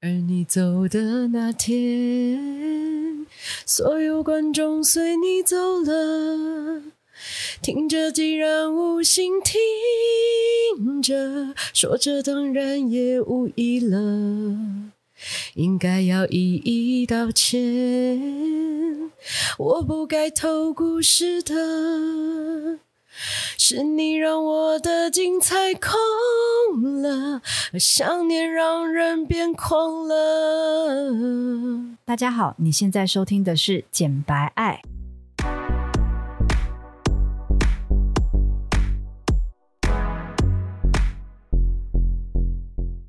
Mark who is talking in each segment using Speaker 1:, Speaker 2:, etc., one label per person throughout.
Speaker 1: 而你走的那天，所有观众随你走了，听着既然无心听着，说着当然也无意了。应该要一一道歉。我不该偷故事的，是你让我的精彩空了，而想念让人变狂了。
Speaker 2: 大家好，你现在收听的是《简白爱》。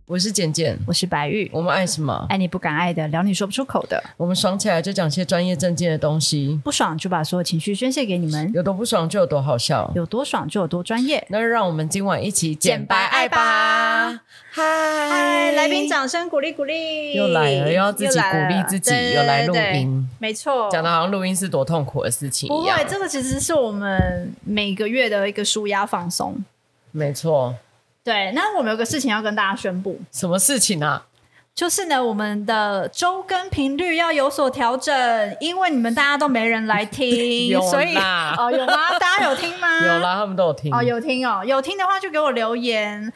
Speaker 1: 我是简简，
Speaker 2: 我是白玉，
Speaker 1: 我们爱什么？
Speaker 2: 爱你不敢爱的，聊你说不出口的，
Speaker 1: 我们爽起来就讲些专业正经的东西，
Speaker 2: 不爽就把所有情绪宣泄给你们，
Speaker 1: 有多不爽就有多好笑。
Speaker 2: 有多爽就有多专业。
Speaker 1: 那让我们今晚一起
Speaker 2: 简白爱吧！
Speaker 1: 嗨，
Speaker 2: 嗨，来宾掌声鼓励鼓励。
Speaker 1: 又来了又要自己鼓励自己
Speaker 2: 又
Speaker 1: 又来
Speaker 2: 来了
Speaker 1: 录音，
Speaker 2: 对对对没错。
Speaker 1: 讲的好像录音是多痛苦的事情
Speaker 2: 不
Speaker 1: 一样
Speaker 2: 会，。这个其实是我们每个月的一个舒压放松。
Speaker 1: 没错，
Speaker 2: 对，那我们有个事情要跟大家宣布，
Speaker 1: 什么事情啊？
Speaker 2: 就是呢，我们的周更频率要有所调整，因为你们大家都没人来听
Speaker 1: 有，
Speaker 2: 所以
Speaker 1: 啦
Speaker 2: 哦，有 吗？大家有听吗？
Speaker 1: 有啦，他们都有听。
Speaker 2: 啊哦，有听哦，有听的话就给我留言。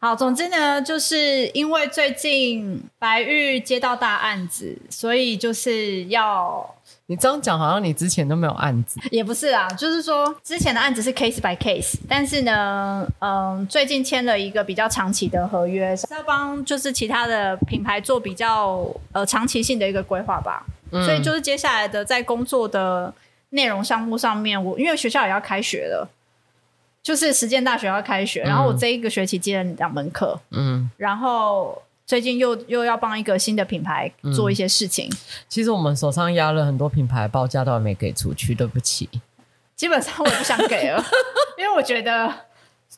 Speaker 2: 好，总之呢，就是因为最近白玉接到大案子，所以就是要
Speaker 1: 你这样讲，好像你之前都没有案子。
Speaker 2: 也不是啊，就是说之前的案子是 case by case，但是呢，嗯，最近签了一个比较长期的合约，是要帮就是其他的品牌做比较呃长期性的一个规划吧。
Speaker 1: 嗯
Speaker 2: 所以就是接下来的在工作的内容项目上面，我因为学校也要开学了，就是实践大学要开学，然后我这一个学期接了两门课，
Speaker 1: 嗯，
Speaker 2: 然后最近又又要帮一个新的品牌做一些事情，
Speaker 1: 其实我们手上压了很多品牌报价，都还没给出去，对不起。
Speaker 2: 基本上我也不想给了， 因为我觉得。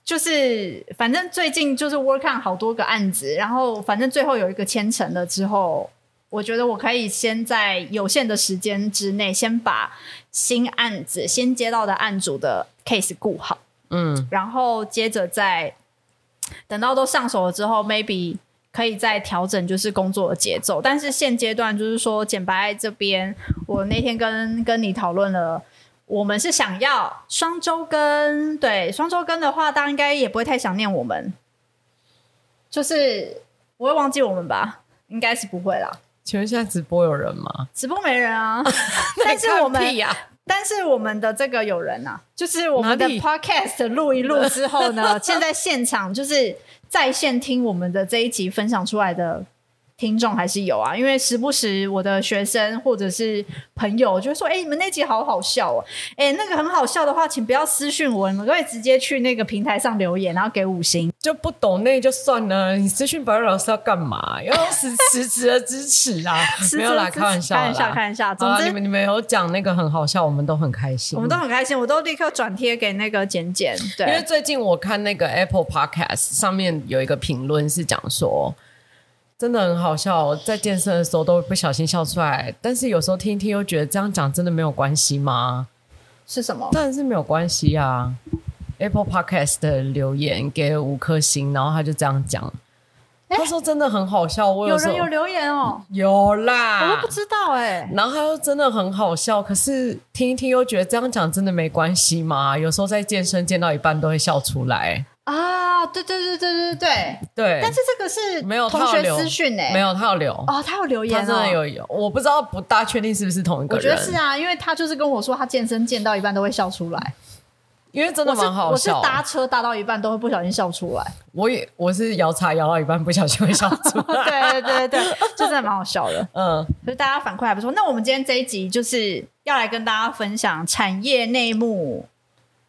Speaker 2: 就是，反正最近就是 work on 好多个案子，然后反正最后有一个签成了之后，我觉得我可以先在有限的时间之内，先把新案子先接到的案主的 case 顾好，
Speaker 1: 嗯，
Speaker 2: 然后接着再等到都上手了之后，maybe 可以再调整就是工作的节奏。但是现阶段就是说，简白爱这边，我那天跟跟你讨论了。我们是想要双周更，对双周更的话，大家应该也不会太想念我们，就是不会忘记我们吧？应该是不会啦，
Speaker 1: 请问现在直播有人 吗？
Speaker 2: 直播没人
Speaker 1: 哦
Speaker 2: 啊，但是我们
Speaker 1: 看屁呀，
Speaker 2: 但是我们的这个有人啊，就是我们的
Speaker 1: 哪里
Speaker 2: podcast 录一录之后 呢， 现在现场就是在线听我们的这一集分享出来的听众还是有啊，因为时不时我的学生或者是朋友就会说：“哎、你们那集好好笑哦、哎、那个很好笑的话，请不要私讯我，你们可以直接去那个平台上留言，然后给五星。
Speaker 1: 就不懂那就算了。你咨询白瑞老师要干嘛？要用实实质的支持 啊！没有啦，
Speaker 2: 是是是
Speaker 1: 开玩笑
Speaker 2: 开玩笑，
Speaker 1: 啦
Speaker 2: 开。玩笑。
Speaker 1: 好
Speaker 2: 总
Speaker 1: 啦
Speaker 2: 之，
Speaker 1: 你们你们有讲那个很好笑，我们都很开心。
Speaker 2: 我们都很开心，我都立刻转贴给那个简简。对，
Speaker 1: 因为最近我看那个 Apple Podcast 上面有一个评论是讲说，真的很好笑，我在健身的时候都会不小心笑出来，但是有时候听一听又觉得这样讲真的没有关系吗？
Speaker 2: 是什么？
Speaker 1: 当然是没有关系啊。Apple Podcast 的留言给了五颗星，然后他就这样讲，
Speaker 2: 诶
Speaker 1: 他说真的很好笑，我啊
Speaker 2: 有
Speaker 1: 时候
Speaker 2: 人有留言哦、
Speaker 1: 有
Speaker 2: 我
Speaker 1: 啦
Speaker 2: 都不。知道哎、
Speaker 1: 然后他又真的很好笑，可是听一听又觉得这样讲真的没关系吗？有时候在健身健到一半都会笑出来，
Speaker 2: 啊，对对对对对对，
Speaker 1: 对。
Speaker 2: 但是这个是
Speaker 1: 没有
Speaker 2: 同
Speaker 1: 他有
Speaker 2: 学
Speaker 1: 留
Speaker 2: 私讯哎、
Speaker 1: 没有，他有留，
Speaker 2: 哦，他有留
Speaker 1: 他
Speaker 2: 言、哦，
Speaker 1: 真的，有有，我不知道不大确定是不是同一个
Speaker 2: 我觉
Speaker 1: 人，
Speaker 2: 得是啊，因为他就是跟我说他健身健到一半都会笑出来，
Speaker 1: 因为真的
Speaker 2: 我是
Speaker 1: 蛮好
Speaker 2: 我是
Speaker 1: 笑。
Speaker 2: 搭车搭到一半都会不小心笑 出来，
Speaker 1: 我也我是摇茶摇到一半不小心会笑出 来，
Speaker 2: 哦对对对对，就真的蛮好笑的，
Speaker 1: 嗯，
Speaker 2: 所以大家反馈还不错。那我们今天这一集就是要来跟大家分享产业内幕。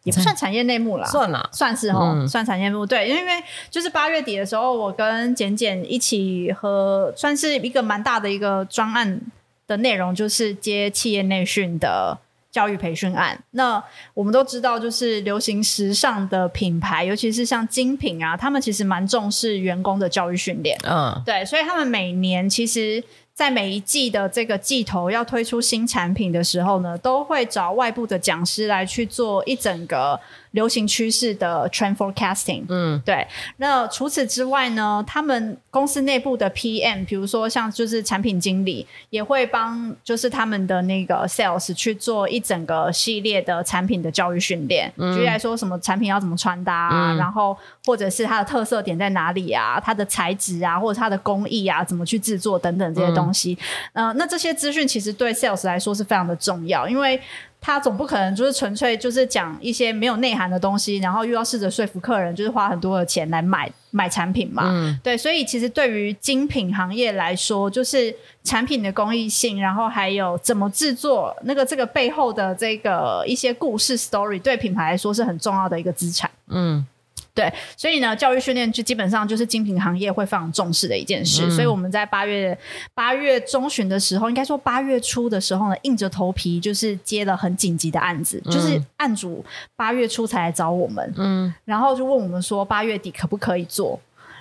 Speaker 2: 也不算产业内幕啦，
Speaker 1: 算啦
Speaker 2: 算是哦，
Speaker 1: 嗯
Speaker 2: 算产业内幕。对，因为因为就是八月底的时候，我跟简简一起和算是一个蛮大的一个专案的内容，就是接企业内训的教育培训案。那我们都知道，就是流行时尚的品牌，尤其是像精品啊，他们其实蛮重视员工的教育训练。
Speaker 1: 嗯
Speaker 2: 对，所以他们每年其实，在每一季的这个季头要推出新产品的时候呢，都会找外部的讲师来去做一整个流行趋势的 trend forecasting。
Speaker 1: 嗯
Speaker 2: 对，那除此之外呢，他们公司内部的 PM，比如说像就是产品经理，也会帮就是他们的那个 sales 去做一整个系列的产品的教育训练。举例来说，什么产品要怎么穿搭啊，然后或者是它的特色点在哪里啊，它的材质啊，或者它的工艺啊，怎么去制作等等这些东西。嗯、那这些资讯其实对 sales 来说是非常的重要，因为他总不可能就是纯粹就是讲一些没有内涵的东西，然后又要试着说服客人，就是花很多的钱来买买产品嘛。
Speaker 1: 嗯
Speaker 2: 对，所以其实对于精品行业来说，就是产品的公益性，然后还有怎么制作那个这个背后的这个一些故事 story，对品牌来说是很重要的一个资产。
Speaker 1: 嗯
Speaker 2: 对，所以呢，教育训练就基本上就是精品行业会非常重视的一件
Speaker 1: 嗯
Speaker 2: 事。所以我们在八月八月中旬的时候，应该说八月初的时候呢，硬着头皮就是接了很紧急的案子，就是案主八月初才来找我们，
Speaker 1: 嗯
Speaker 2: 然后就问我们说八月底可不可以做。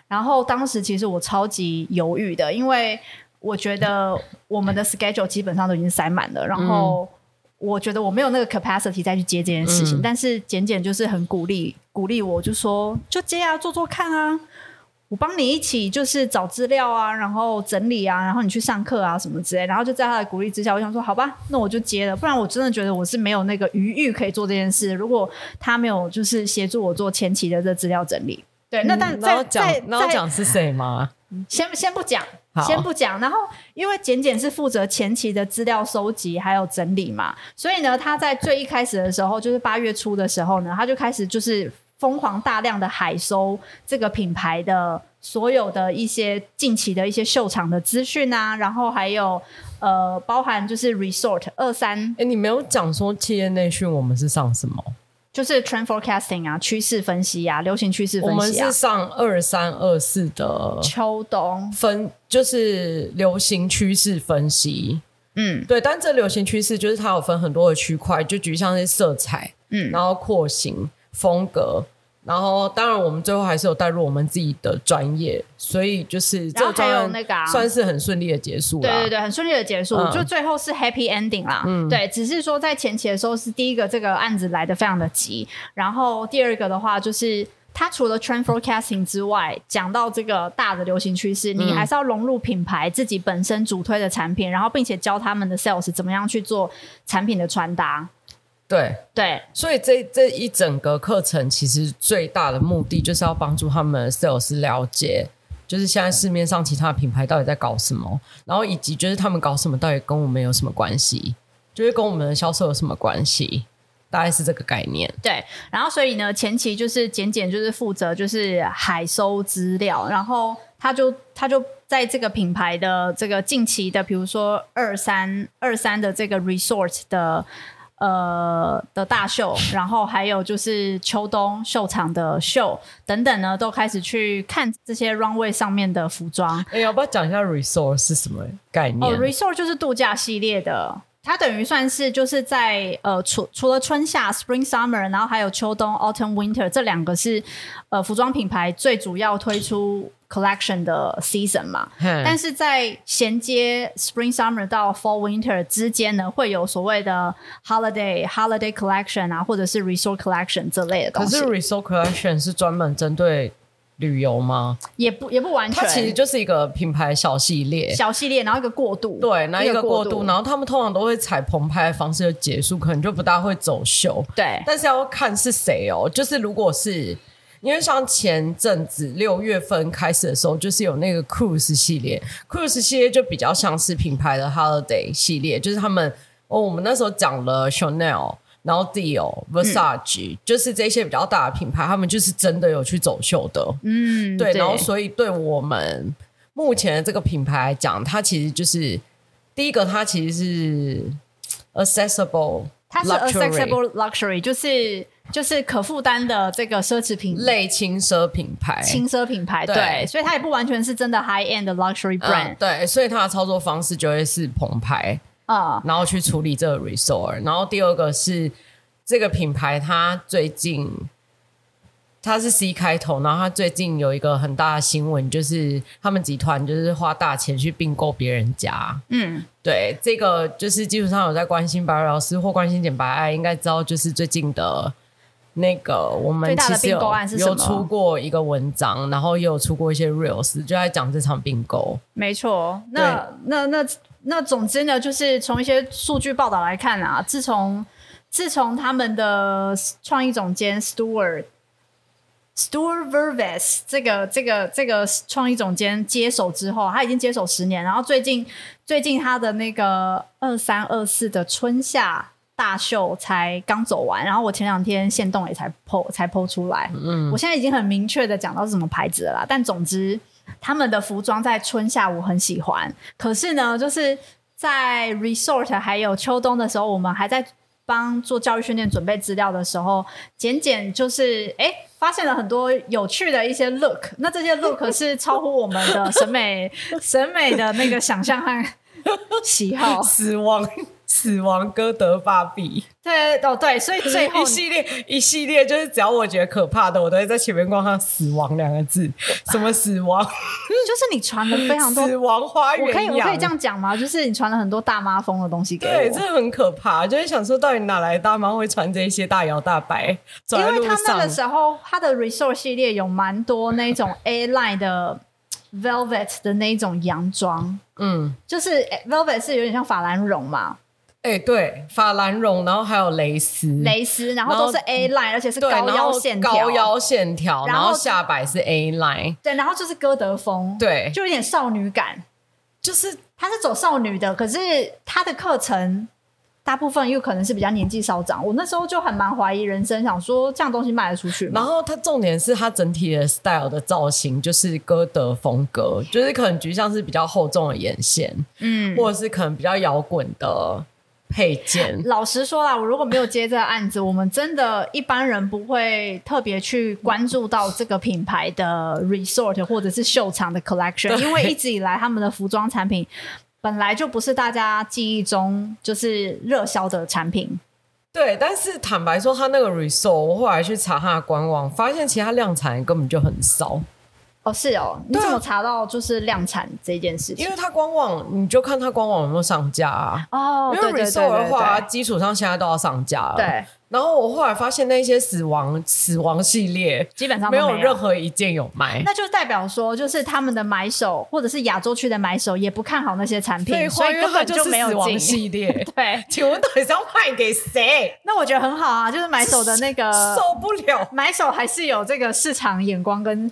Speaker 2: 然后当时其实我超级犹豫的，因为我觉得我
Speaker 1: 嗯
Speaker 2: 们的 schedule 基本上都已经塞满了，然后我觉得我没有那个 capacity 再去接这件事情。
Speaker 1: 嗯
Speaker 2: 但是简简就是很鼓励鼓励我，就说就接啊，做做看啊。我帮你一起就是找资料啊，然后整理啊，然后你去上课啊什么之类，然后就在他的鼓励之下，我想说好吧，那我就接了，不然我真的觉得我是没有那个余裕可以做这件事。如果他没有就是协助我做前期的这资料整理，对，嗯那但
Speaker 1: 嗯那
Speaker 2: 在
Speaker 1: 我讲
Speaker 2: 在，
Speaker 1: 那我
Speaker 2: 在
Speaker 1: 讲是谁吗？
Speaker 2: 先先不讲
Speaker 1: 好，
Speaker 2: 先不讲。然后，因为简简是负责前期的资料收集还有整理嘛，所以呢，他在最一开始的时候，就是八月初的时候呢，他就开始就是疯狂大量的海收这个品牌的所有的一些近期的一些秀场的资讯啊，然后还有呃，包含就是 resort 二三
Speaker 1: 哎、你没有讲说企业内训我们是上什么？
Speaker 2: 就是 trend forecasting 啊，趋势分析啊，流行趋势
Speaker 1: 我
Speaker 2: 分
Speaker 1: 们
Speaker 2: 析啊
Speaker 1: 是，上二三二四的
Speaker 2: 秋冬，
Speaker 1: 分，就是流行趋势分析。
Speaker 2: 嗯
Speaker 1: 对，但这流行趋势就是它有分很多的区块，就举像是色彩，
Speaker 2: 嗯
Speaker 1: 然后廓形、风格，然后当然我们最后还是有带入我们自己的专业，所以就是这
Speaker 2: 然后
Speaker 1: 个专
Speaker 2: 还有
Speaker 1: 案
Speaker 2: 那个啊
Speaker 1: 算是很顺利的结束啦。
Speaker 2: 对对对，很顺利的结束，
Speaker 1: 嗯
Speaker 2: 就最后是 happy ending 啦。对，只是说在前期的时候是第一个这个案子来的非常的急，然后第二个的话就是。它除了 trend forecasting 之外，讲到这个大的流行趋势，你还是要融入品牌自己本身主推的产品，然后并且教他们的 sales 怎么样去做产品的传达。
Speaker 1: 对
Speaker 2: 对，
Speaker 1: 所以这这一整个课程其实最大的目的就是要帮助他们的 sales 了解，就是现在市面上其他的品牌到底在搞什么，然后以及就是他们搞什么到底跟我们有什么关系，就是跟我们的销售有什么关系，大概是这个概念。
Speaker 2: 对，然后所以呢，前期就是简简就是负责就是海收资料，然后他就他就在这个品牌的这个近期的，比如说二三二三的这个 resort 的。呃的大秀，然后还有就是秋冬秀场的秀等等呢，都开始去看这些 runway 上面的服装。
Speaker 1: 哎、要不要讲一下 resource 是什么概念？
Speaker 2: 哦，resort 就是度假系列的，它等于算是就是在呃除除了春夏 spring summer，然后还有秋冬 autumn winter 这两个是呃服装品牌最主要推出 collection 的 season 嘛。
Speaker 1: 嘿
Speaker 2: 但是在衔接 Spring Summer 到 Fall Winter 之间呢，会有所谓的 Holiday Holiday Collection 啊，或者是 Resort Collection 这类的东
Speaker 1: 可
Speaker 2: 西
Speaker 1: 是，resource collection 是专门针对旅游吗？
Speaker 2: 也不也不完
Speaker 1: 它
Speaker 2: 全。
Speaker 1: 其实就是一个品牌小系列。
Speaker 2: 小系列，然后一个过渡，
Speaker 1: 对，那一个过渡，然
Speaker 2: 后
Speaker 1: 后他们通常都会采澎湃的方式就结束，可能就不大会走秀，
Speaker 2: 对，
Speaker 1: 但是要看是谁哦。就是如果是因为像前阵子六月份开始的时候，就是有那个 Cruise 系列，Cruise 系列就比较像是品牌的 Holiday 系列，就是他们哦，我们那时候讲了 Chanel。然后 Dior、Versace、就是这些比较大的品牌，他们就是真的有去走秀的。
Speaker 2: 嗯，
Speaker 1: 对，然后所以对我们目前的这个品牌来讲，它其实就是第一个，它其实是 accessible，
Speaker 2: 它是
Speaker 1: luxury
Speaker 2: accessible luxury，就是就是可负担的这个奢侈品
Speaker 1: 类轻奢品牌。
Speaker 2: 轻奢品牌，
Speaker 1: 对
Speaker 2: 对，所以它也不完全是真的 high end 的 luxury
Speaker 1: 嗯
Speaker 2: brand，，
Speaker 1: 对，所以它的操作方式就会是品牌，
Speaker 2: 啊、
Speaker 1: 然后去处理这个 resort。然后第二个是这个品牌，它最近它是 C 开头，然后它最近有一个很大的新闻，就是他们集团就是花大钱去并购别人家。
Speaker 2: 嗯，
Speaker 1: 对，这个就是基本上有在关心白老师或关心简白爱，应该知道就是最近的那个我们
Speaker 2: 最大
Speaker 1: 其
Speaker 2: 的
Speaker 1: 实有
Speaker 2: 并购案是什么
Speaker 1: 有出过一个文章，然后也有出过一些 reels，就在讲这场并购。
Speaker 2: 没错，那那那那，总之呢，就是从一些数据报道来看啊，自从自从他们的创意总监 Stewart Stewart Verves 这个这个这个创意总监接手之后，他已经接手十年，然后最近最近他的那个二三二四的春夏。大秀才刚走完，然后我前两天线动也才 PO 才 PO 出来，
Speaker 1: 嗯，
Speaker 2: 我现在已经很明确的讲到是什么牌子了啦，但总之他们的服装在春夏我很喜欢，可是呢，就是在 resort 还有秋冬的时候，我们还在帮做教育训练准备资料的时候，简简就是哎。诶发现了很多有趣的一些 look，那这些 look 是超乎我们的 审美审美的那个想象和喜好。
Speaker 1: 死亡，死亡哥德巴比，
Speaker 2: 对哦对，所以最后
Speaker 1: 一系列一系列就是只要我觉得可怕的，我都会在前面挂上“死亡”两个字。什么死亡？
Speaker 2: 就是你传了非常多
Speaker 1: 死亡花园
Speaker 2: 我可以我可以
Speaker 1: 养
Speaker 2: 这样讲吗？就是你传了很多大妈风的东西给
Speaker 1: 对，
Speaker 2: 我，
Speaker 1: 这很可怕。就是想说，到底哪来大妈会穿这些大摇大摆走
Speaker 2: 因
Speaker 1: 在
Speaker 2: 为
Speaker 1: 路
Speaker 2: 他那
Speaker 1: 上
Speaker 2: 个？时候他的 resort 系列有蛮多那种 A line 的 velvet 的那种洋装，
Speaker 1: 嗯，
Speaker 2: 就是 velvet 是有点像法兰绒嘛，
Speaker 1: 哎、对，法兰绒，然后还有蕾丝，
Speaker 2: 蕾丝，然后
Speaker 1: 嗯然后嗯
Speaker 2: 都是 A line，而且是
Speaker 1: 对，
Speaker 2: 高
Speaker 1: 然
Speaker 2: 腰
Speaker 1: 后
Speaker 2: 线条，
Speaker 1: 高腰线条，
Speaker 2: 然
Speaker 1: 然
Speaker 2: 后
Speaker 1: 后下摆是 A line，
Speaker 2: 对，然后就是哥德风，，
Speaker 1: 对，
Speaker 2: 就有点少女感。
Speaker 1: 就是
Speaker 2: 他是走少女的，可是他的课程大部分又可能是比较年纪稍长。我那时候就很蛮怀疑人生，想说这样东西卖得出去吗
Speaker 1: 然？后它重点是它整体的 style 的造型就是歌德风格，就是可能局像是比较厚重的眼线，
Speaker 2: 嗯，
Speaker 1: 或者是可能比较摇滚的配 件。
Speaker 2: 老实说啦，我如果没有接这个案子，我们真的一般人不会特别去关注到这个品牌的 resort 或者是秀场 的 collection，
Speaker 1: 对
Speaker 2: 因为一直以来他们的服装产品本来就不是大家记忆中就是热销的产品。
Speaker 1: 对，但是坦白说，它那个 resort 我后来去查它的官网，发现其他量产根本就很少，
Speaker 2: 哦，是哦，你
Speaker 1: 对啊
Speaker 2: 怎么查到就是量产这件事情
Speaker 1: 因？为它官网你就看它官网有没有上架啊。
Speaker 2: 哦，
Speaker 1: 因
Speaker 2: 对
Speaker 1: 为
Speaker 2: 对对
Speaker 1: resort 的话，
Speaker 2: 对
Speaker 1: 基础上现在都要上架了。
Speaker 2: 对，对，
Speaker 1: 然后我后来发现那些死亡死亡系列
Speaker 2: 基本上
Speaker 1: 没
Speaker 2: 都
Speaker 1: 有
Speaker 2: 没有
Speaker 1: 任何一件有卖。
Speaker 2: 那就代表说，就是他们的买手或者是亚洲区的买手也不看好那些产
Speaker 1: 废
Speaker 2: 品，所
Speaker 1: 话，
Speaker 2: 以
Speaker 1: 因为
Speaker 2: 根
Speaker 1: 它
Speaker 2: 本
Speaker 1: 就是
Speaker 2: 没有
Speaker 1: 死亡
Speaker 2: 进。
Speaker 1: 系列。
Speaker 2: 对，
Speaker 1: 请问到底是要卖给谁？
Speaker 2: 那我觉得很好啊，就是买手的 那个
Speaker 1: 受不了！
Speaker 2: 买手还是有这个市场眼光跟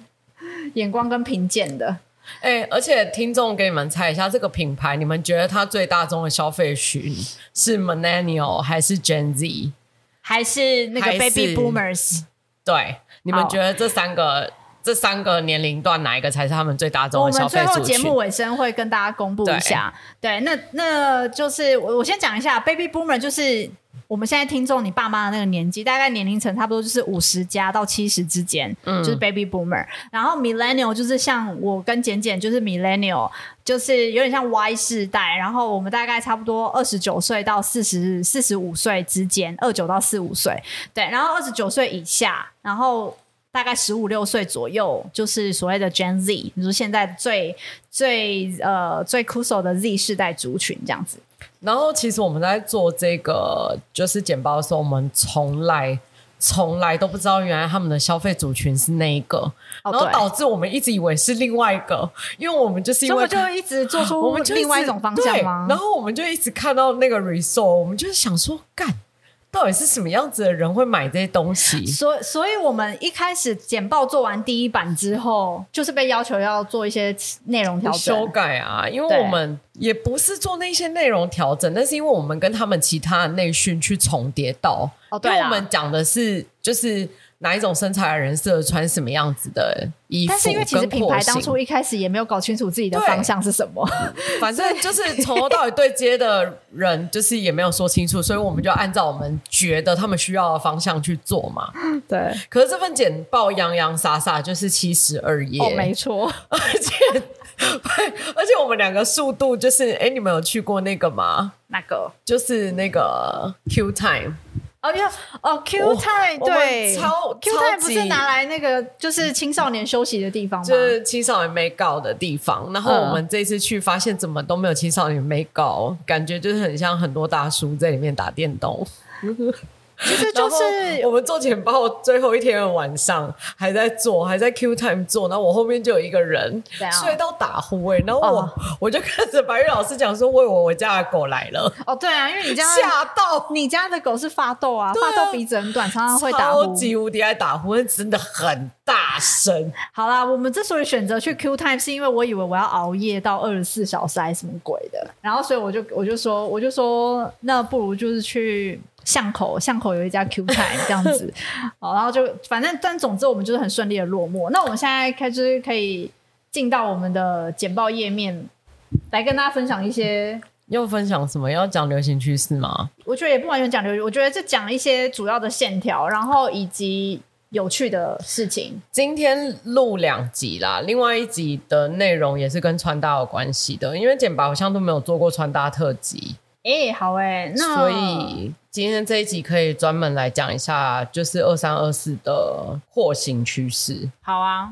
Speaker 2: 眼光跟评鉴的。
Speaker 1: 哎、而且听众给你们猜一下，这个品牌，你们觉得它最大众的消费群是 millennial 还是 Gen Z？
Speaker 2: 还是那
Speaker 1: 还是
Speaker 2: 个 baby boomers，
Speaker 1: 对，你们
Speaker 2: 好
Speaker 1: 觉得这三个这三个年龄段哪一个才是他们最大众
Speaker 2: 我
Speaker 1: 的消
Speaker 2: 们最
Speaker 1: 费
Speaker 2: 后
Speaker 1: 族
Speaker 2: 节
Speaker 1: 群？
Speaker 2: 目尾声会跟大家公布一下。对，那那就是我我先讲一下，baby boomer 就是我们现在听众你爸妈的那个年纪，大概年龄层差不多就是五十加到七十之间，就是 baby boomer。然后 millennial 就是像我跟简简就是 millennial，就是有点像 Y 世代。然后我们大概差不多二十九岁到四十四十五岁之间，二九到四五岁。对，然后二十九岁以下，然后大概十五六岁左右，就是所谓的 Gen Z，你说现在最最呃最酷手的 Z 世代族群这样子。
Speaker 1: 然后其实我们在做这个就是简报的时候，我们从来从来都不知道原来他们的消费族群是那一个，
Speaker 2: 哦，
Speaker 1: 然后导
Speaker 2: 对，
Speaker 1: 致我们一直以为是另外一个，因为我们就是因
Speaker 2: 所以
Speaker 1: 为
Speaker 2: 我就一直做
Speaker 1: 我
Speaker 2: 出
Speaker 1: 们就
Speaker 2: 另外一
Speaker 1: 直
Speaker 2: 种方向
Speaker 1: 对
Speaker 2: 吗？
Speaker 1: 然后我们就一直看到那个 resort，我们就是想说，干，到底是什么样子的人会买这些东西？
Speaker 2: 所所以，我们一开始简报做完第一版之后，就是被要求要做一些内容调
Speaker 1: 修
Speaker 2: 整。
Speaker 1: 改啊，因为
Speaker 2: 对
Speaker 1: 我们也不是做那些内容调整，但是因为我们跟他们其他的内训去重叠到，
Speaker 2: 哦，对
Speaker 1: 因为我
Speaker 2: 啦
Speaker 1: 们讲的是就是哪一种身材的人适合穿什么样子的衣服，
Speaker 2: 但是因为其实
Speaker 1: 跟
Speaker 2: 品牌
Speaker 1: 廓
Speaker 2: 当
Speaker 1: 形
Speaker 2: 初一开始也没有搞清楚自己的
Speaker 1: 对
Speaker 2: 方向是什 么，
Speaker 1: 反正就是从头到尾对接的人，就是也没有说清楚，所以我们就按照我们觉得他们需要的方向去做嘛。
Speaker 2: 对，
Speaker 1: 可是这份简报洋洋洒洒就是七十二页，
Speaker 2: 哦，没错，
Speaker 1: 而且而且我们两个速度就是，哎、你们有去过那个吗？
Speaker 2: 那个
Speaker 1: 就是那个 Q Time，
Speaker 2: 哦，因为哦
Speaker 1: 我
Speaker 2: ，Q time
Speaker 1: 我们
Speaker 2: 对，
Speaker 1: 超
Speaker 2: Q
Speaker 1: 超
Speaker 2: time 不
Speaker 1: 级
Speaker 2: 是拿来那个就是青少年休息的地方吗？
Speaker 1: 就是青少年没搞的地方。然后
Speaker 2: 嗯
Speaker 1: 我们这次去发现怎么都没有青少年没搞，感觉就是很像很多大叔在里面打电动。
Speaker 2: 其实就
Speaker 1: 然
Speaker 2: 是
Speaker 1: 后我们做简报最后一天的晚上还在做，还在 Q time 做，然后我后面就有一个人
Speaker 2: 怎样
Speaker 1: 睡到打呼哎、欸，然后我、
Speaker 2: 哦
Speaker 1: 我就看着白玉老师讲说，我以为我家的狗来了，
Speaker 2: 哦，对啊，因为你家
Speaker 1: 吓到。
Speaker 2: 你家的狗是发豆啊，
Speaker 1: 对啊
Speaker 2: 发豆鼻子很短，常常啊会打
Speaker 1: 超
Speaker 2: 呼。
Speaker 1: 级无敌爱打呼，真的很大声。
Speaker 2: 好啦，我们之所以选择去 Q Time，是因为我以为我要熬夜到二十四小时还是什么鬼的，然后所以我就我就说我就说，那不如就是去巷口，巷口有一家 Q Time 这样 子，好，然后就反正但总之我们就是很顺利的落幕。那我们现在开始可以进到我们的简报页面，来跟大家分享一些。
Speaker 1: 要分享什么？要讲流行趋势吗？
Speaker 2: 我觉得也不完全讲流行，我觉得这讲一些主要的线条，然后以及有趣的事情。
Speaker 1: 今天录两集啦，另外一集的内容也是跟穿搭有关系的，因为简白好像都没有做过穿搭特辑，
Speaker 2: 哎、好哎、那
Speaker 1: 所以今天这一集可以专门来讲一下，就是二三二四的货型趋势。
Speaker 2: 好啊，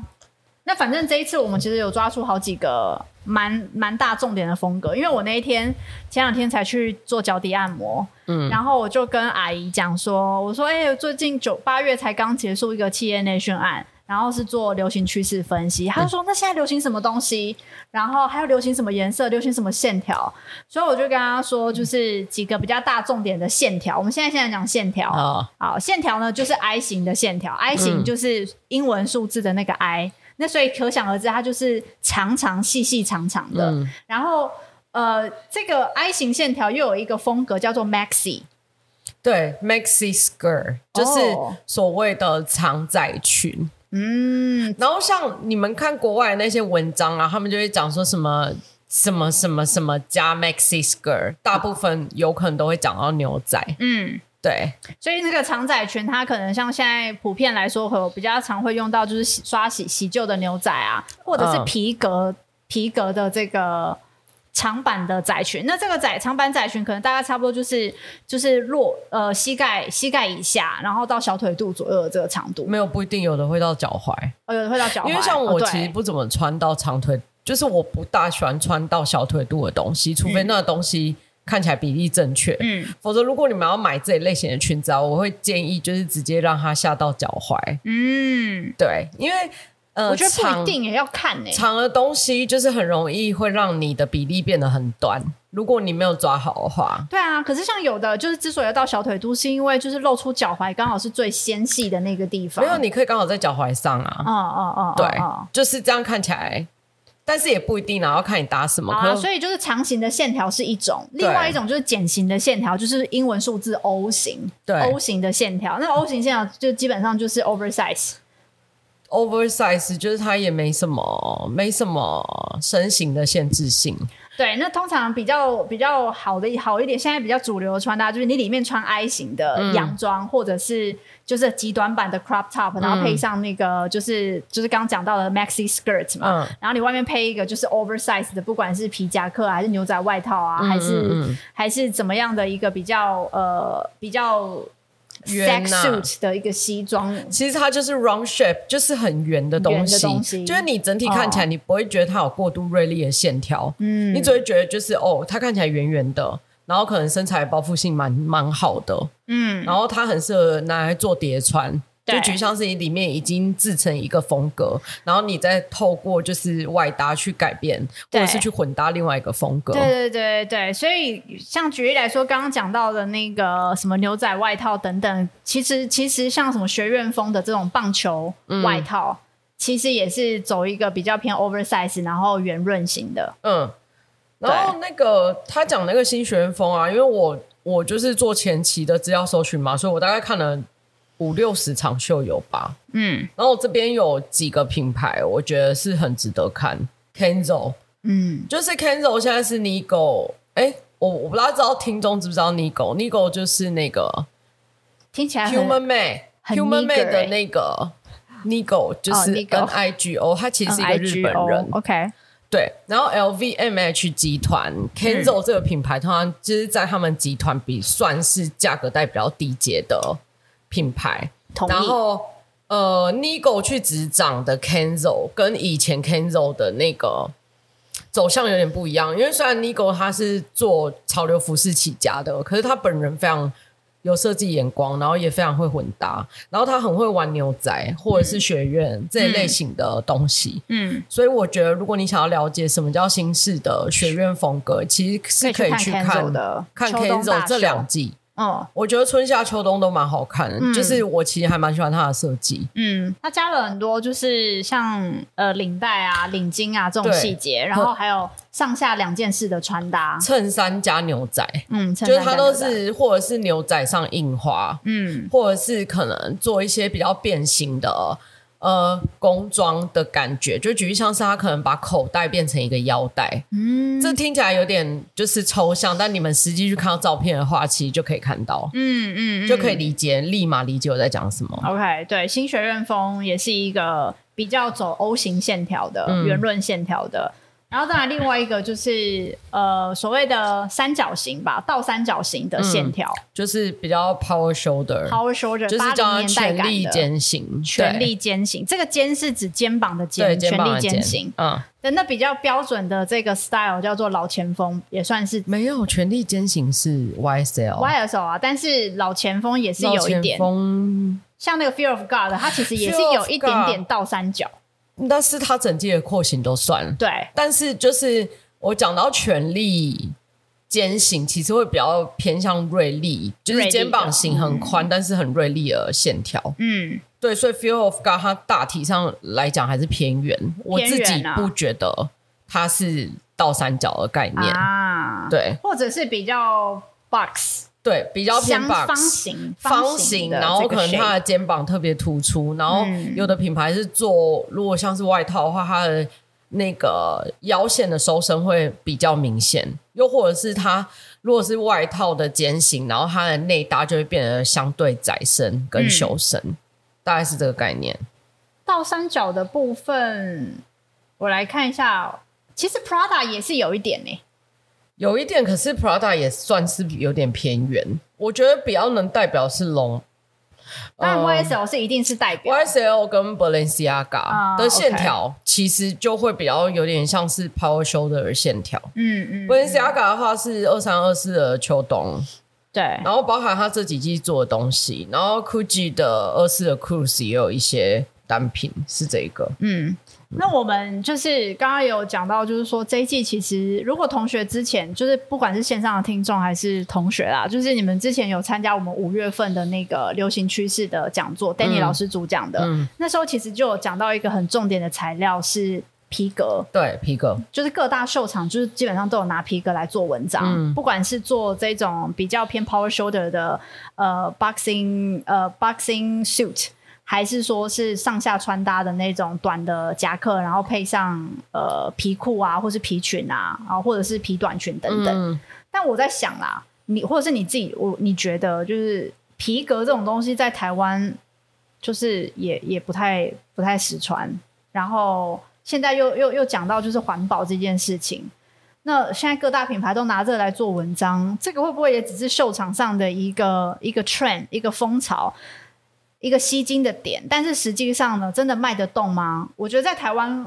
Speaker 2: 那反正这一次我们其实有抓出好几个蛮蛮大重点的风格，因为我那一天前两天才去做脚底按摩，
Speaker 1: 嗯
Speaker 2: 然后我就跟阿姨讲说，我说哎、最近九八月才刚结束一个企业内训案。然后是做流行趋势分析，她就说、那现在流行什么东西，然后还有流行什么颜色，流行什么线条，所以我就跟她说，就是几个比较大重点的线条。我们现在现在讲线条，
Speaker 1: 啊，
Speaker 2: 好，线条呢就是 I 型的线条，I 型就是英文数字的那个 I，、那所以可想而知，它就是长长细细长长的。
Speaker 1: 嗯，
Speaker 2: 然后呃，这个 I 型线条又有一个风格叫做 maxi，
Speaker 1: 对，maxi skirt 就是
Speaker 2: 哦
Speaker 1: 所谓的长仔裙。
Speaker 2: 嗯，
Speaker 1: 然后像你们看国外的那些文章啊，他们就会讲说什么什么什么什么加 maxi skirt，大部分有可能都会讲到牛仔。
Speaker 2: 嗯。
Speaker 1: 对，
Speaker 2: 所以那个长仔裙，它可能像现在普遍来说，会有比较常会用到，就是洗刷洗洗旧的牛仔啊，或者是
Speaker 1: 嗯
Speaker 2: 皮革、皮革的这个长版的仔裙。那这个仔长版仔裙，可能大概差不多就是就是落呃膝盖膝盖以下，然后到小腿肚左右的这个长度，
Speaker 1: 没有不一定有的会到脚踝。
Speaker 2: 呃，有的会到脚踝。
Speaker 1: 因为像我
Speaker 2: 哦对
Speaker 1: 其实不怎么穿到长腿，就是我不大喜欢穿到小腿肚的东西，除非那个东西看起来比例正确。
Speaker 2: 嗯
Speaker 1: 否则，如果你们要买这一类型的裙子啊，我会建议就是直接让它下到脚踝。
Speaker 2: 嗯，
Speaker 1: 对，因为呃，
Speaker 2: 我觉得不
Speaker 1: 长
Speaker 2: 一定也要看欸呢、
Speaker 1: 长的东西就是很容易会让你的比例变得很短，如果你没有抓好的话。
Speaker 2: 对啊，可是像有的就是之所以要到小腿肚，是因为就是露出脚踝刚好是最纤细的那个地方。
Speaker 1: 没有，你可以刚好在脚踝上啊。
Speaker 2: 哦哦哦，
Speaker 1: 对，
Speaker 2: 哦哦
Speaker 1: 就是这样看起来，但是也不一定啊，要看你搭什么。
Speaker 2: 啊，
Speaker 1: 可是
Speaker 2: 所以就是长形的线条是一种，另外一种就是茧形的线条，就是英文数字 O 型
Speaker 1: 对
Speaker 2: ，O 型的线条。那 O 型线条就基本上就是 oversize，
Speaker 1: oversize 就是它也没什么没什么身形的限制性，
Speaker 2: 对。那通常比较比较好的好一点，现在比较主流的穿搭就是你里面穿 I 型的
Speaker 1: 嗯
Speaker 2: 洋装，或者是就是极短版的 crop top，然后
Speaker 1: 嗯
Speaker 2: 配上那个就是、就是刚刚讲到的 maxi skirt 嘛。
Speaker 1: 嗯，
Speaker 2: 然后你外面配一个就是 oversize 的，不管是皮夹克啊，还是牛仔外套啊，还是、
Speaker 1: 嗯嗯
Speaker 2: 还是怎么样的一个比较呃比较
Speaker 1: 圆哦
Speaker 2: sex
Speaker 1: 啊
Speaker 2: suit 的一个西装。
Speaker 1: 其实它就是 round shape，就是很圆的东
Speaker 2: 圆
Speaker 1: 西，
Speaker 2: 的东西哦
Speaker 1: 就是你整体看起来你不会觉得它有过度锐利的线条，
Speaker 2: 嗯
Speaker 1: 你只会觉得就是哦，它看起来圆圆的，然后可能身材包覆性蛮蛮好的，
Speaker 2: 嗯，
Speaker 1: 然后它很适合拿来做叠穿。就
Speaker 2: 对
Speaker 1: 就像是你里面已经制成一个风格，然后你再透过就是外搭去改变，或者
Speaker 2: 对
Speaker 1: 是去混搭另外一个风格。
Speaker 2: 对对对对，所以像举例来说，刚刚讲到的那个什么牛仔外套等等，其实其实像什么学院风的这种棒球
Speaker 1: 嗯
Speaker 2: 外套，其实也是走一个比较偏 oversize，然后圆润型的。
Speaker 1: 嗯，然后那个他讲那个新学院风啊，因为我我就是做前期的资料搜寻嘛，所以我大概看了五六十场秀有吧。
Speaker 2: 嗯
Speaker 1: 然后我这边有几个品牌，我觉得是很值得看。Kenzo
Speaker 2: 嗯，
Speaker 1: 就是 Kenzo，现在是 Nigo，哎、我我不知道知道听众知不知道 Nigo，Nigo 就是那个
Speaker 2: 听起来很
Speaker 1: Human Made
Speaker 2: 很
Speaker 1: Human Made
Speaker 2: nigger
Speaker 1: 的
Speaker 2: 欸哦
Speaker 1: 那个 Nigo，就是 N
Speaker 2: Nigo
Speaker 1: I G O，他其实是
Speaker 2: 哦
Speaker 1: 一个日本人。
Speaker 2: OK，
Speaker 1: 对，然后 LVMH 集团 Kenzo 这个品牌，通常就是在他们集团比算是价格带比较低阶的品牌。
Speaker 2: 同意。
Speaker 1: 然后呃，Nigo 去执掌的 Kenzo 跟以前 Kenzo 的那个走向有点不一样，因为虽然 Nigo 他是做潮流服饰起家的，可是他本人非常有设计眼光，然后也非常会混搭，然后他很会玩牛仔或者是学院、这一类型的东西。
Speaker 2: 嗯，
Speaker 1: 所以我觉得，如果你想要了解什么叫新式的学院风格，其实是可以去
Speaker 2: 看
Speaker 1: 看
Speaker 2: Kenzo 的
Speaker 1: 看
Speaker 2: 秋冬大
Speaker 1: Kenzo 这两
Speaker 2: 秀
Speaker 1: 季。
Speaker 2: 哦，
Speaker 1: 我觉得春夏秋冬都蛮好看的，
Speaker 2: 嗯
Speaker 1: 就是我其实还蛮喜欢它的设计。
Speaker 2: 嗯，它加了很多，就是像呃领带啊、领巾啊这种
Speaker 1: 对
Speaker 2: 细节，然后还有上下两件式的穿搭，
Speaker 1: 衬衫加牛仔，
Speaker 2: 嗯，啊衬
Speaker 1: 就是
Speaker 2: 衫
Speaker 1: 它
Speaker 2: 跟
Speaker 1: 都
Speaker 2: 牛仔
Speaker 1: 是或者是牛仔上印花，
Speaker 2: 嗯
Speaker 1: 或者是可能做一些比较变形的呃工装的感觉。就举例像是它可能把口袋变成一个腰带，
Speaker 2: 嗯
Speaker 1: 这听起来有点就是抽象，但你们实际去看到照片的话，其实就可以看到，
Speaker 2: 嗯嗯，嗯
Speaker 1: 就可以理解，立马理解我在讲什么。
Speaker 2: OK，对，新学院风也是一个比较走 O 型线条的、
Speaker 1: 嗯
Speaker 2: 圆润线条的。然后当然另外一个就是呃所谓的三角形吧，倒三角形
Speaker 1: 嗯
Speaker 2: 的线条、
Speaker 1: 就是比较 power shoulder，
Speaker 2: p o w e r shoulder，
Speaker 1: 就是
Speaker 2: 八
Speaker 1: 叫它
Speaker 2: 零年代
Speaker 1: 权
Speaker 2: 感
Speaker 1: 力
Speaker 2: 的。
Speaker 1: 肩型，对
Speaker 2: 权力肩型，这个肩是指肩膀的
Speaker 1: 对
Speaker 2: 肩，
Speaker 1: 肩膀
Speaker 2: 权力
Speaker 1: 的肩
Speaker 2: 肩型。
Speaker 1: 嗯，
Speaker 2: 对，那比较标准的这个 style 叫做老前锋，也算是
Speaker 1: 没有权力肩型是 YSL。
Speaker 2: YSL 啊，但是老前锋也是
Speaker 1: 绕
Speaker 2: 有一
Speaker 1: 前
Speaker 2: 点，
Speaker 1: 锋，
Speaker 2: 像那个 Fear of God，它其实也是
Speaker 1: Fear
Speaker 2: 有
Speaker 1: of
Speaker 2: 一点
Speaker 1: God
Speaker 2: 点倒三角。
Speaker 1: 但是他整季的廓形都算了。
Speaker 2: 对，
Speaker 1: 但是就是我讲到权力肩型，其实会比较偏向锐利，就
Speaker 2: 锐
Speaker 1: 是
Speaker 2: 利的
Speaker 1: 肩膀型很宽，但是很锐利的线条。
Speaker 2: 嗯，
Speaker 1: 对，所以 Fear of God 它大体上来讲还是偏圆，我自
Speaker 2: 偏
Speaker 1: 己
Speaker 2: 圆啊
Speaker 1: 不觉得它是倒三角的概念。
Speaker 2: 啊，，
Speaker 1: 对
Speaker 2: 或者是比较 box
Speaker 1: 对，比较偏
Speaker 2: 相
Speaker 1: box
Speaker 2: 方形
Speaker 1: 方
Speaker 2: 形
Speaker 1: 形，
Speaker 2: 的
Speaker 1: 然后
Speaker 2: 这
Speaker 1: 可
Speaker 2: 个
Speaker 1: 能它
Speaker 2: shape
Speaker 1: 的肩膀特别突出，然后
Speaker 2: 嗯
Speaker 1: 有的品牌是做，如果像是外套的话，它的那个腰线的收身会比较明显，又或者是它如果是外套的肩型，然后它的内搭就会变得相对窄身
Speaker 2: 嗯
Speaker 1: 跟修身，大概是这个概念。
Speaker 2: 倒三角的部分，我来看一下，哦其实 Prada 也是有一点呢、
Speaker 1: 有一点，可是 Prada 也算是有点偏圆，我觉得比较能代表是龙。
Speaker 2: 当
Speaker 1: 呃
Speaker 2: 然 YSL 是一定是代表，
Speaker 1: YSL 跟
Speaker 2: 啊
Speaker 1: Balenciaga 的线条其实就会比较有点像是 Power Shoulder 的线条。
Speaker 2: 嗯嗯，
Speaker 1: Balenciaga 的话是二三二四的秋冬，
Speaker 2: 对，
Speaker 1: 然后包含它这几季做的东西，然后 Gucci 的二四的 Cruise 也有一些单品是这一个。
Speaker 2: 嗯，那我们就是刚刚有讲到，就是说这一季其实如果同学之前就是不管是线上的听众还是同学啦，就是你们之前有参加我们五月份的那个流行趋势的讲座、d a n n y 老师主讲的，
Speaker 1: 嗯
Speaker 2: 那时候其实就有讲到一个很重点的材料是皮革，
Speaker 1: 对，皮革，
Speaker 2: 就是各大秀场就是基本上都有拿皮革来做文章，
Speaker 1: 嗯
Speaker 2: 不管是做这种比较偏 power shoulder 的呃 boxing 呃 boxing suit，还是说是上下穿搭的那种短的夹克，然后配上呃皮裤啊，或是皮裙啊，然后或者是皮短裙等等。
Speaker 1: 嗯，
Speaker 2: 但我在想啦，你或者是你自己，我你觉得就是皮革这种东西在台湾就是也也不太不太实穿，然后现在又又又讲到就是环保这件事情。那现在各大品牌都拿这来做文章，这个会不会也只是秀场上的一个一个 trend、一个风潮、一个吸睛的点？但是实际上呢，真的卖得动吗？我觉得在台湾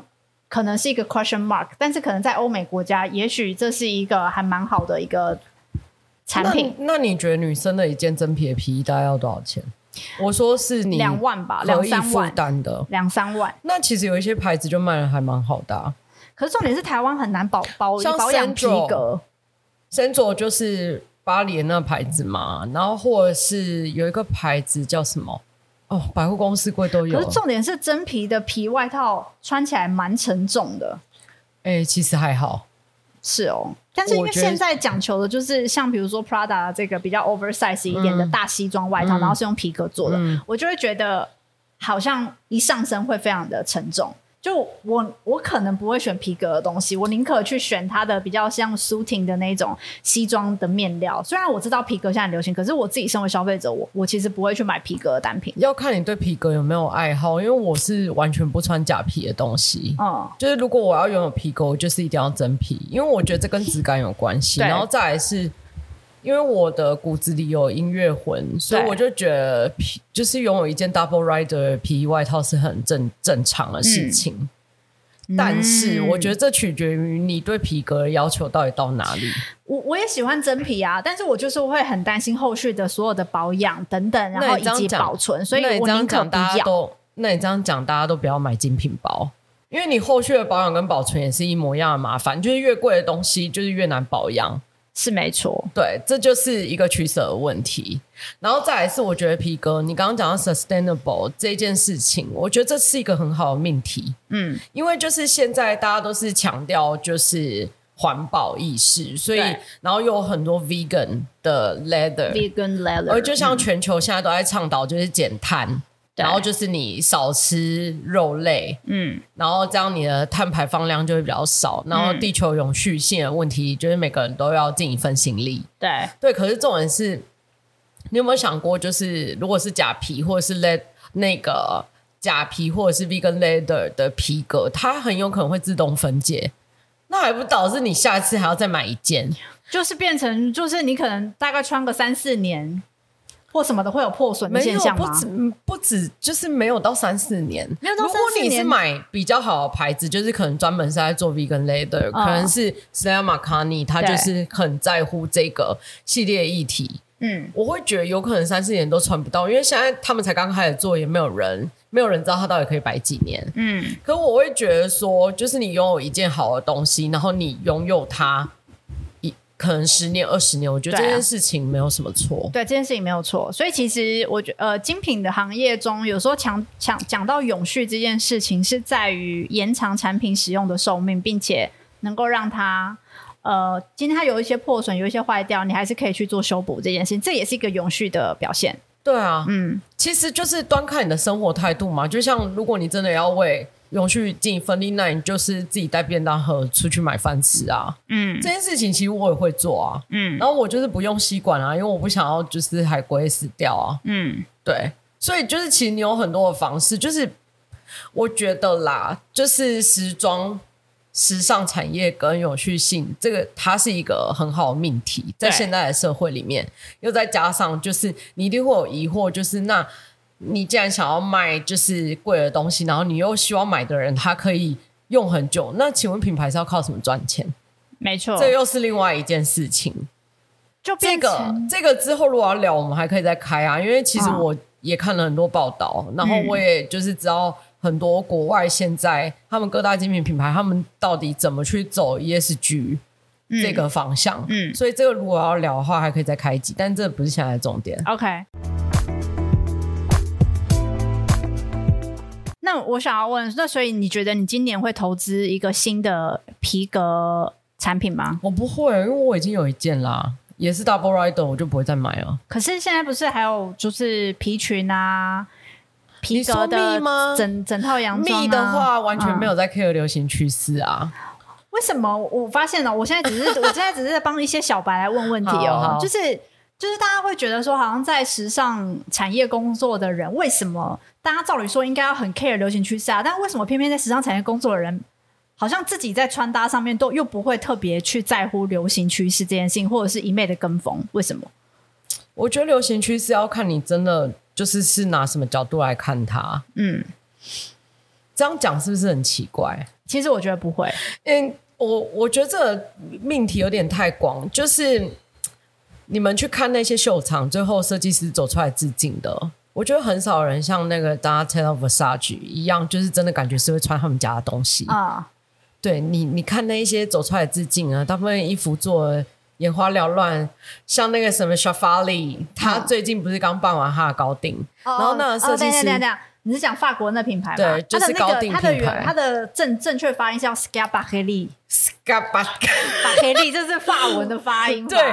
Speaker 2: 可能是一个 question mark，但是可能在欧美国家，也许这是一个还蛮好的一个产品，
Speaker 1: 那那你觉得女生的一件真皮的皮衣大概要多少钱？我说是你
Speaker 2: 两万吧，两
Speaker 1: 可以
Speaker 2: 三
Speaker 1: 负
Speaker 2: 万，
Speaker 1: 担的。
Speaker 2: 两三万。
Speaker 1: 那其实有一些牌子就卖的还蛮好的、啊。
Speaker 2: 可是重点是台湾很难保保
Speaker 1: 像
Speaker 2: 保养皮
Speaker 1: Sandro
Speaker 2: 革，
Speaker 1: Centro 就是巴黎的那牌子嘛，然后或者是有一个牌子叫什么？哦，百货公司柜都有
Speaker 2: 可是。重点是真皮的皮外套穿起来蛮沉重的，
Speaker 1: 哎、其实还好。
Speaker 2: 是哦。但是因为
Speaker 1: 我觉得
Speaker 2: 现在讲求的就是像比如说 Prada 这个比较 oversize 一点的
Speaker 1: 嗯
Speaker 2: 大西装外套，
Speaker 1: 嗯
Speaker 2: 然后是用皮革做的，
Speaker 1: 嗯
Speaker 2: 我就会觉得好像一上身会非常的沉重。就我我可能不会选皮革的东西，我宁可去选它的比较像 suiting 的那种西装的面料。虽然我知道皮革现在很流行，可是我自己身为消费者，我我其实不会去买皮革的单品。
Speaker 1: 要看你对皮革有没有爱好，因为我是完全不穿假皮的东西。
Speaker 2: 嗯，
Speaker 1: 就是如果我要拥有皮革，我就是一定要真皮，因为我觉得这跟质感有关系。
Speaker 2: 对
Speaker 1: 然后再来是，因为我的骨子里有音乐魂，所以
Speaker 2: 对
Speaker 1: 我就觉得皮就是拥有一件 Double Rider 的皮衣外套是很正正常的事情。但是
Speaker 2: 嗯
Speaker 1: 我觉得这取决于你对皮革的要求到底到哪里。
Speaker 2: 我我也喜欢真皮啊，但是我就是会很担心后续的所有的保养等等，然
Speaker 1: 那
Speaker 2: 后
Speaker 1: 你
Speaker 2: 以
Speaker 1: 这样
Speaker 2: 及
Speaker 1: 讲
Speaker 2: 保存，所以
Speaker 1: 那你
Speaker 2: 我
Speaker 1: 这样
Speaker 2: 宁可
Speaker 1: 讲，
Speaker 2: 不
Speaker 1: 大家
Speaker 2: 要。
Speaker 1: 都，那你这样讲，大家都不要买精品包，因为你后续的保养跟保存也是一模一样的麻烦，就是越贵的东西就是越难保养。
Speaker 2: 是没错，
Speaker 1: 对，这就是一个取舍的问题。然后再来是，我觉得皮哥，你刚刚讲到 sustainable 这件事情，我觉得这是一个很好的命题，
Speaker 2: 嗯，
Speaker 1: 因为就是现在大家都是强调就是环保意识，所以
Speaker 2: 对
Speaker 1: 然后又有很多 vegan 的 leather，
Speaker 2: vegan leather，
Speaker 1: 而就像全球现在都在倡导就是减碳，
Speaker 2: 对
Speaker 1: 然后就是你少吃肉类，
Speaker 2: 嗯
Speaker 1: 然后这样你的碳排放量就会比较少，然后地球永续性的问题就是每个人都要尽一份心力。
Speaker 2: 对，
Speaker 1: 对，可是重点是，你有没有想过，就是如果是假皮或者是 led 那个假皮或者是 vegan leather 的皮革，它很有可能会自动分解，那还不导致你下次还要再买一件？
Speaker 2: 就是变成就是你可能大概穿个三四年或什么的会有破损的
Speaker 1: 没
Speaker 2: 现
Speaker 1: 有，
Speaker 2: 象
Speaker 1: 不
Speaker 2: 吗？
Speaker 1: 止嗯不止，就是没有到三四年。
Speaker 2: 没有到
Speaker 1: 如果
Speaker 2: 3-4
Speaker 1: 你是
Speaker 2: 年
Speaker 1: 买比较好的牌子，就是可能专门是在做 vegan leather，、
Speaker 2: 嗯
Speaker 1: 可能是 s t e l a Marcani，他
Speaker 2: 对
Speaker 1: 就是很在乎这个系列议题。
Speaker 2: 嗯，
Speaker 1: 我会觉得有可能三四年都穿不到，因为现在他们才刚开始做，也没有人，没有人知道它到底可以摆几年。
Speaker 2: 嗯，
Speaker 1: 可我会觉得说，就是你拥有一件好的东西，然后你拥有它一可能十年、二十年，我觉得这
Speaker 2: 对啊
Speaker 1: 件事情没有什么错。
Speaker 2: 对，这件事情没有错。所以其实我觉呃，精品的行业中，有时候强强讲到永续这件事情，是在于延长产品使用的寿命，并且能够让它。呃，今天它有一些破损，有一些坏掉，你还是可以去做修补这件事情，这也是一个永续的表现。
Speaker 1: 对啊，
Speaker 2: 嗯，
Speaker 1: 其实就是端看你的生活态度嘛。就像如果你真的要为永续尽一份力，那你就是自己带便当盒出去买饭吃啊。
Speaker 2: 嗯
Speaker 1: 这件事情其实我也会做啊，
Speaker 2: 嗯
Speaker 1: 然后我就是不用吸管啊，因为我不想要就是海龟死掉啊。
Speaker 2: 嗯，
Speaker 1: 对，所以就是其实你有很多的方式，就是我觉得啦，就是时装。时尚产业跟永续性，这个它是一个很好的命题，在
Speaker 2: 对
Speaker 1: 现在的社会里面，又再加上就是你一定会有疑惑，就是那你既然想要卖就是贵的东西，然后你又希望买的人他可以用很久，那请问品牌是要靠什么赚钱？
Speaker 2: 没错，
Speaker 1: 这又是另外一件事情。
Speaker 2: 就
Speaker 1: 这
Speaker 2: 变
Speaker 1: 个
Speaker 2: 成
Speaker 1: 这个之后如果要聊，我们还可以再开啊，因为其实
Speaker 2: 嗯
Speaker 1: 我也看了很多报道，然后我也就是知道很多国外现在他们各大精品品牌，他们到底怎么去走 ESG 这、个方向。
Speaker 2: 嗯
Speaker 1: 所以这个如果要聊的话，还可以再开一集，但这不是现在的重点。
Speaker 2: 嗯 OK。那我想要问，那所以你觉得你今年会投资一个新的皮革产品吗？
Speaker 1: 我不会，因为我已经有一件啦，也是 Double Rider，我就不会再买了。
Speaker 2: 可是现在不是还有就是皮裙啊、皮
Speaker 1: 你说
Speaker 2: 革的
Speaker 1: 密吗
Speaker 2: 整整套洋装、啊、嗯
Speaker 1: 密的话，完全没
Speaker 2: 有。
Speaker 1: 有在 care 流行趋势啊。
Speaker 2: 为什么？我发现了，我现在只是 我现在只是在帮一些小白来问问题
Speaker 1: 好
Speaker 2: 哦
Speaker 1: 好，
Speaker 2: 就是就是大家会觉得说，好像在时尚产业工作的人，为什么大家照理说应该要很 care 流行趋势啊？但为什么偏偏在时尚产业工作的人，好像自己在穿搭上面都又不会特别去在乎流行趋势这件事情，或者是一昧的跟风？为什么？
Speaker 1: 我觉得流行趋势要看你真的就是是拿什么角度来看它。
Speaker 2: 嗯，
Speaker 1: 这样讲是不是很奇怪？
Speaker 2: 其实我觉得不会，
Speaker 1: 嗯，我我觉得这个命题有点太广，就是你们去看那些秀场，最后设计师走出来致敬的，我觉得很少人像那个 Donatella Versace 一样，就是真的感觉是会穿他们家的东西。
Speaker 2: 啊、
Speaker 1: 对你，你看那一些走出来致敬啊，大部分衣服做得眼花缭乱，像那个什么 Shafali，他最近不是刚办完他的高定，然后那个设计
Speaker 2: 嗯哦
Speaker 1: 师
Speaker 2: 等一下等一下等一下你是讲法国那品牌吗？
Speaker 1: 对就是
Speaker 2: 它的那
Speaker 1: 高定
Speaker 2: 个它的
Speaker 1: 品牌
Speaker 2: 原它的正正确发音是叫 Scabacelli。
Speaker 1: Scabacca
Speaker 2: 法黑利，这是法文的发音吧。
Speaker 1: 对，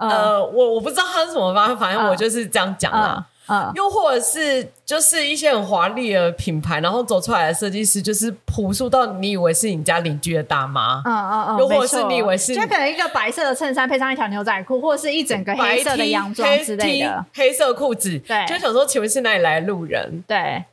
Speaker 2: 嗯
Speaker 1: 呃，我我不知道他是怎么发，反正我就是这样讲啦。
Speaker 2: 嗯嗯，
Speaker 1: 又或者是就是一些很华丽的品牌，然后走出来的设计师就是朴素到你以为是你家邻居的大妈，
Speaker 2: 嗯嗯嗯，
Speaker 1: 又或者是
Speaker 2: 没错
Speaker 1: 你以为是
Speaker 2: 就可能一个白色的衬衫配上一条牛仔裤，或者是一整个
Speaker 1: 白 T
Speaker 2: 黑色的洋装之类的。
Speaker 1: 黑 T，黑色裤子，
Speaker 2: 对
Speaker 1: 就想说请问是哪里来的路人？
Speaker 2: 对，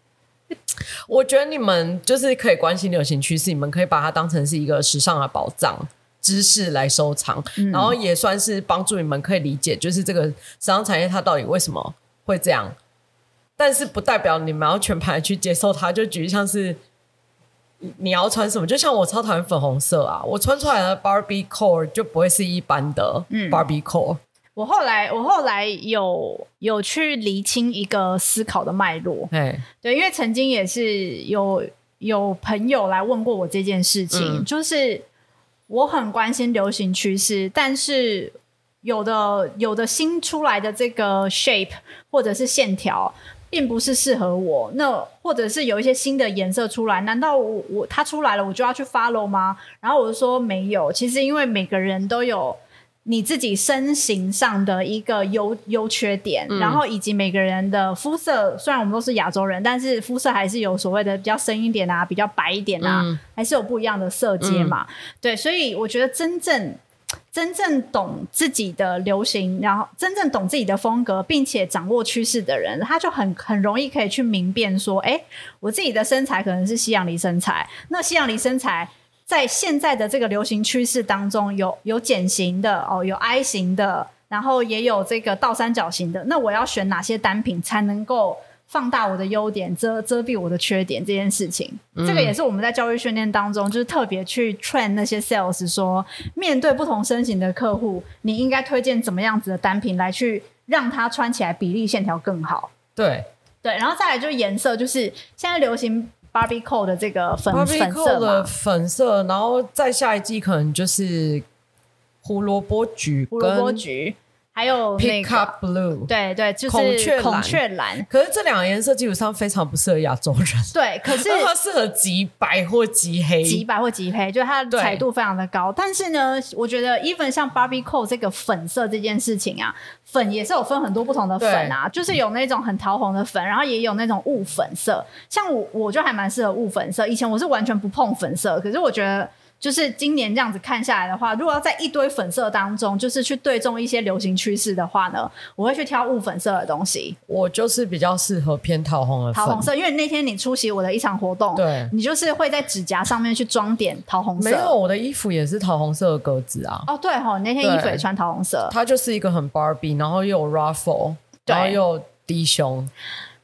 Speaker 1: 我觉得你们就是可以关心流行趋势，你们可以把它当成是一个时尚的宝藏。知识来收藏，然后也算是帮助你们可以理解，就是这个时尚产业它到底为什么会这样。但是不代表你们要全盘地去接受它，就举例像是你要穿什么，就像我超讨厌粉红色啊，我穿出来的 Barbie core 就不会是一般的
Speaker 2: 嗯
Speaker 1: Barbie core。
Speaker 2: 我后来我后来有有去厘清一个思考的脉络，
Speaker 1: 哎、
Speaker 2: 对，因为曾经也是有有朋友来问过我这件事情，
Speaker 1: 嗯
Speaker 2: 就是我很关心流行趋势，但是有的有的新出来的这个 shape 或者是线条。并不是适合我，那或者是有一些新的颜色出来，难道我我它出来了我就要去 follow 吗？然后我就说没有，其实因为每个人都有你自己身形上的一个优优缺点，然后以及每个人的肤色，虽然我们都是亚洲人，但是肤色还是有所谓的比较深一点啊，比较白一点啊，
Speaker 1: 嗯
Speaker 2: 还是有不一样的色阶嘛。对，所以我觉得真正。真正懂自己的流行，然后真正懂自己的风格，并且掌握趋势的人，他就很很容易可以去明辨说，哎，我自己的身材可能是西洋梨身材，那西洋梨身材在现在的这个流行趋势当中有，有减型的哦，有 I 型的，然后也有这个倒三角形的。那我要选哪些单品才能够放大我的优点，遮遮蔽我的缺点？这件事情，这个也是我们在教育训练当中，就是特别去 train 那些 sales 说，面对不同身形的客户，你应该推荐怎么样子的单品来去让他穿起来比例线条更好。
Speaker 1: 对
Speaker 2: 对，然后再来就是颜色，就是现在流行 Barbie Cole 的这个粉
Speaker 1: ，Barbie 啊
Speaker 2: 粉色
Speaker 1: core 的
Speaker 2: 嘛，
Speaker 1: 粉色，然后再下一季可能就是胡萝卜橘
Speaker 2: 胡萝卜
Speaker 1: 跟
Speaker 2: 橘，还有那
Speaker 1: Pick
Speaker 2: 个
Speaker 1: up blue。
Speaker 2: 对对，就是
Speaker 1: 孔雀蓝
Speaker 2: 孔雀蓝。
Speaker 1: 可是这两个颜色基本上非常不适合亚洲人，
Speaker 2: 对，可是
Speaker 1: 它适合极白或极黑。
Speaker 2: 极白或极黑，就是它的
Speaker 1: 对
Speaker 2: 彩度非常的高。但是呢，我觉得 even 像 Barbie Cole 这个粉色这件事情啊，粉也是有分很多不同的粉啊，就是有那种很桃红的粉，然后也有那种雾粉色。像我，我就还蛮适合雾粉色。以前我是完全不碰粉色，可是我觉得。就是今年这样子看下来的话，如果要在一堆粉色当中，就是去对中一些流行趋势的话呢，我会去挑雾粉色的东西。
Speaker 1: 我就是比较适合偏桃红的粉，
Speaker 2: 桃红色，因为那天你出席我的一场活动，
Speaker 1: 对
Speaker 2: 你就是会在指甲上面去装点桃红色。
Speaker 1: 没有，我的衣服也是桃红色的格子啊，
Speaker 2: 哦，对吼，你那天衣服也
Speaker 1: 对
Speaker 2: 穿桃红色，
Speaker 1: 它就是一个很 Barbie，然后又有 ruffle，
Speaker 2: 对
Speaker 1: 然后又有低胸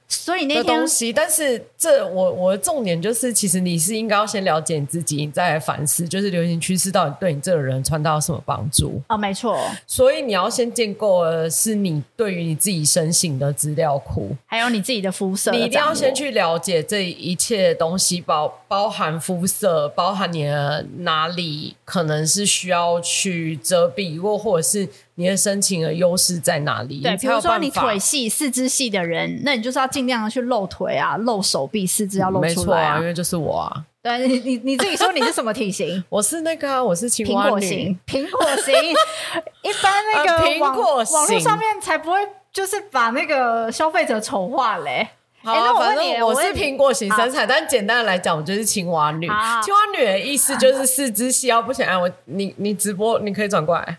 Speaker 2: 所以那
Speaker 1: 的
Speaker 2: 天
Speaker 1: 东西。但是这我我的重点就是，其实你是应该要先了解你自己，你再来反思，就是流行趋势到底对你这个人穿搭有什么帮助。
Speaker 2: 哦，没错，
Speaker 1: 所以你要先建构的是你对于你自己身形的资料库。
Speaker 2: 还有你自己的肤色的掌
Speaker 1: 你
Speaker 2: 握，
Speaker 1: 一定要先去了解这一切东西包包含肤色，包含你的哪里可能是需要去遮蔽，或或者是你的申请的优势在哪里。
Speaker 2: 对，
Speaker 1: 你
Speaker 2: 比
Speaker 1: 才有
Speaker 2: 如说
Speaker 1: 办
Speaker 2: 你
Speaker 1: 法
Speaker 2: 腿细、四肢细的人，那你就是要尽量的去露腿啊，露手臂、四肢要露
Speaker 1: 没
Speaker 2: 出
Speaker 1: 错
Speaker 2: 来
Speaker 1: 啊，
Speaker 2: 啊
Speaker 1: 因。为就是我啊，？
Speaker 2: 对你，你你自己说你是什么体型
Speaker 1: 我是那个、啊、我是青
Speaker 2: 苹
Speaker 1: 蛙
Speaker 2: 果
Speaker 1: 女
Speaker 2: 型，，苹果型， 一般那
Speaker 1: 啊
Speaker 2: 个
Speaker 1: 苹
Speaker 2: 网
Speaker 1: 果
Speaker 2: 网络
Speaker 1: 型
Speaker 2: 上面才不会，就是把那个消费者丑化嘞。
Speaker 1: 好、
Speaker 2: 哎那
Speaker 1: 啊，
Speaker 2: 我问
Speaker 1: 反
Speaker 2: 你
Speaker 1: 正
Speaker 2: 我
Speaker 1: 我
Speaker 2: 问
Speaker 1: 是
Speaker 2: 你
Speaker 1: 苹果型身材，但简单的来讲，我就是青蛙女。青
Speaker 2: 好好
Speaker 1: 蛙女的意思就是四肢细腰不行。哎，我你你直播，你可以转过来。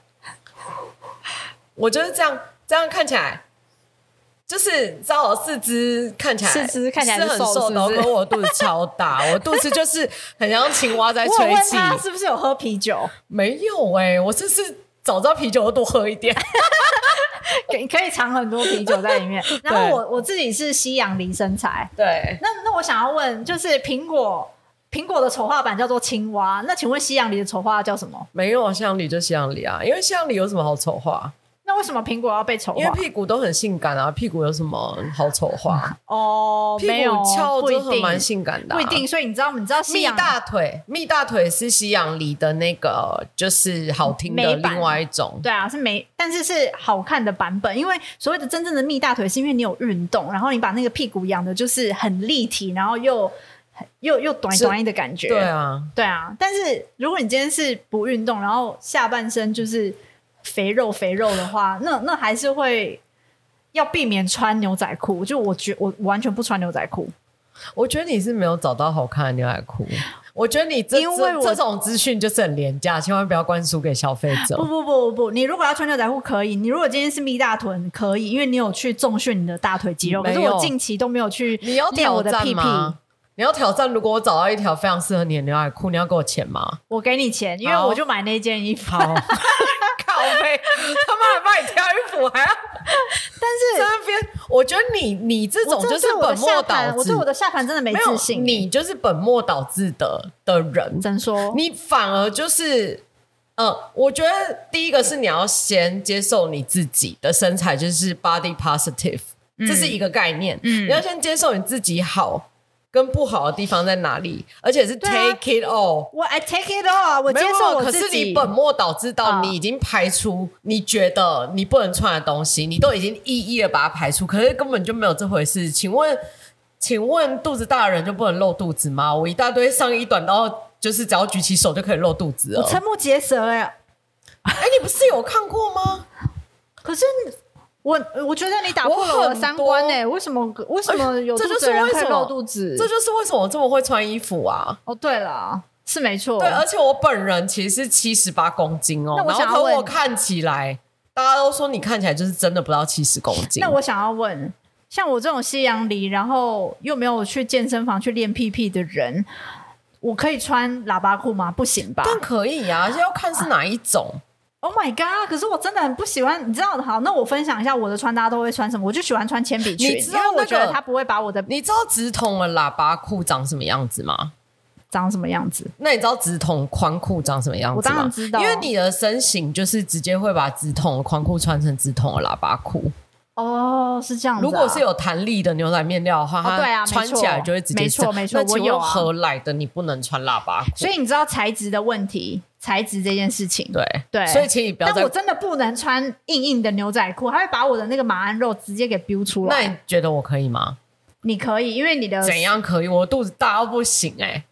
Speaker 1: 我就是这样，这样看起来，就是你知道我四肢看起来，
Speaker 2: 四肢看起来是
Speaker 1: 很
Speaker 2: 瘦
Speaker 1: 瘦的哦，
Speaker 2: 是不
Speaker 1: 可
Speaker 2: 是
Speaker 1: 是我肚子超大，我肚子就是很像青蛙在
Speaker 2: 我有
Speaker 1: 吹
Speaker 2: 问
Speaker 1: 气。
Speaker 2: 他是不是有喝啤酒，
Speaker 1: 没有哎、我这是早知道啤酒我多喝一 点。
Speaker 2: 可以可以藏很多啤酒 在里面。然后我我自己是西洋梨身材，
Speaker 1: 对，
Speaker 2: 那那我想要问，就是苹果苹果的丑化版叫做青蛙，那请问西洋梨的丑化叫什么？
Speaker 1: 没有啊像里就像里啊，因为像里有什么好丑化？
Speaker 2: 那为什么苹果要被丑
Speaker 1: 因为
Speaker 2: 化？
Speaker 1: 屁股都很性感啊，屁股有什么好丑 化？
Speaker 2: 哦，
Speaker 1: 屁
Speaker 2: 没有
Speaker 1: 股，翘
Speaker 2: 不一
Speaker 1: 真的
Speaker 2: 定，
Speaker 1: 蛮性感的、啊
Speaker 2: 不一定。。所以你知道，你知道西
Speaker 1: 蜜
Speaker 2: 洋
Speaker 1: 大腿，蜜大腿是西洋梨的那个，就是好听的
Speaker 2: 美版
Speaker 1: 另外一种。
Speaker 2: 对啊，是没，但是是好看的版本。因为所谓的真正的蜜大腿，是因为你有运动，然后你把那个屁股养的，就是很立体，然后又又又短
Speaker 1: 是
Speaker 2: 短的感觉。
Speaker 1: 对啊，
Speaker 2: 对啊，但是如果你今天是不运动，然后下半身就是肥肉肥肉的话，那那还是会要避免穿牛仔裤。就我觉我完全不穿牛仔裤，
Speaker 1: 我觉得你是没有找到好看的牛仔裤。我觉得你这
Speaker 2: 因为
Speaker 1: 这
Speaker 2: 我
Speaker 1: 这种资讯就是很廉价，千万不要灌输给消费
Speaker 2: 不
Speaker 1: 者。
Speaker 2: 不不不不，你如果要穿牛仔裤可以，你如果今天是蜜大臀可以，因为你有去重训你的大腿肌肉。可
Speaker 1: 没
Speaker 2: 是
Speaker 1: 有
Speaker 2: 我近期都没有去
Speaker 1: 你要
Speaker 2: 练
Speaker 1: 挑
Speaker 2: 我的
Speaker 1: 战
Speaker 2: 屁屁，
Speaker 1: 吗？你要挑战？如果我找到一条非常适合你的牛仔裤，你要给我钱吗？
Speaker 2: 我给你钱，因为
Speaker 1: 好
Speaker 2: 我就买那件衣服。
Speaker 1: 好， 靠背，他妈的帮你挑衣服还要
Speaker 2: 但是
Speaker 1: 在那边，我觉得你你这种
Speaker 2: 我
Speaker 1: 就
Speaker 2: 这
Speaker 1: 是
Speaker 2: 对我的
Speaker 1: 本
Speaker 2: 下
Speaker 1: 末
Speaker 2: 盘，
Speaker 1: 倒
Speaker 2: 我
Speaker 1: 置
Speaker 2: 对，我的下盘真的没
Speaker 1: 没
Speaker 2: 自
Speaker 1: 有
Speaker 2: 信。欸
Speaker 1: 你就是本末倒置的的人，
Speaker 2: 怎说？
Speaker 1: 你反而就是，呃，我觉得第一个是你要先接受你自己的身材，就是 body positive，、这是一个概念。
Speaker 2: 嗯
Speaker 1: 你要先接受你自己好跟不好的地方在哪里，而且是
Speaker 2: 对啊
Speaker 1: take it all。
Speaker 2: 我 I take it all，我接
Speaker 1: 没有啊
Speaker 2: 受我
Speaker 1: 可
Speaker 2: 自
Speaker 1: 是你
Speaker 2: 己。
Speaker 1: 本末倒置到
Speaker 2: 嗯
Speaker 1: 你已经排除你觉得你不能穿的东西，你都已经一一的把它排除，可是根本就没有这回事。请问，请问肚子大的人就不能露肚子吗？我一大堆上衣短到就是只要举起手就可以露肚子
Speaker 2: 我
Speaker 1: 了。
Speaker 2: 瞠目结舌哎、
Speaker 1: 哎、你不是有看过吗？
Speaker 2: 可是我我觉得你打破了我的三观哎、为什么为什么有
Speaker 1: 哎这
Speaker 2: 肚
Speaker 1: 就是
Speaker 2: 子的人
Speaker 1: 为
Speaker 2: 可以
Speaker 1: 什么
Speaker 2: 露肚子？
Speaker 1: 这就是为什么我这么会穿衣服啊！
Speaker 2: 哦，对了，是没错。
Speaker 1: 对，而且我本人其实是七十八公斤哦
Speaker 2: 那，我
Speaker 1: 然
Speaker 2: 想要
Speaker 1: 后
Speaker 2: 问
Speaker 1: 可我看起来，大家都说你看起来就是真的不到七十公斤。
Speaker 2: 那我想要问，像我这种西洋梨，然后又没有去健身房去练屁屁的人，我可以穿喇叭裤吗？不行吧
Speaker 1: 但可以啊，要看是哪一种。
Speaker 2: ？Oh my god！可是我真的很不喜欢，你知道的。好，那我分享一下我的穿搭都会穿什么，我就喜欢穿铅笔裙，
Speaker 1: 你知道
Speaker 2: 因为我
Speaker 1: 那个
Speaker 2: 觉得它不会把我的
Speaker 1: 你知道直筒的喇叭裤长什么样子吗？
Speaker 2: 长什么样子。
Speaker 1: 那你知道直筒宽裤长什么样子吗？
Speaker 2: 我当然知道
Speaker 1: 因为你的身形就是直接会把直筒的宽裤穿成直筒的喇叭裤。
Speaker 2: 哦，是这样子啊、
Speaker 1: 如果是有弹力的牛仔面料的话，
Speaker 2: 对啊
Speaker 1: 它
Speaker 2: 没错
Speaker 1: 穿起来就会直接
Speaker 2: 没错
Speaker 1: 这样
Speaker 2: 没错
Speaker 1: 那请
Speaker 2: 我有
Speaker 1: 问
Speaker 2: 啊
Speaker 1: 何来的你不能穿喇叭裤？
Speaker 2: 所以你知道材质的问题，材质这件事情。
Speaker 1: 对
Speaker 2: 对
Speaker 1: 所以请你不要
Speaker 2: 但
Speaker 1: 再
Speaker 2: 我。真的不能穿硬硬的牛仔裤，它会把我的那个马鞍肉直接给丢出
Speaker 1: 那
Speaker 2: 来。
Speaker 1: 你觉得我可以吗？
Speaker 2: 你可以，因为你的
Speaker 1: 怎样可以？我肚子大到不行哎、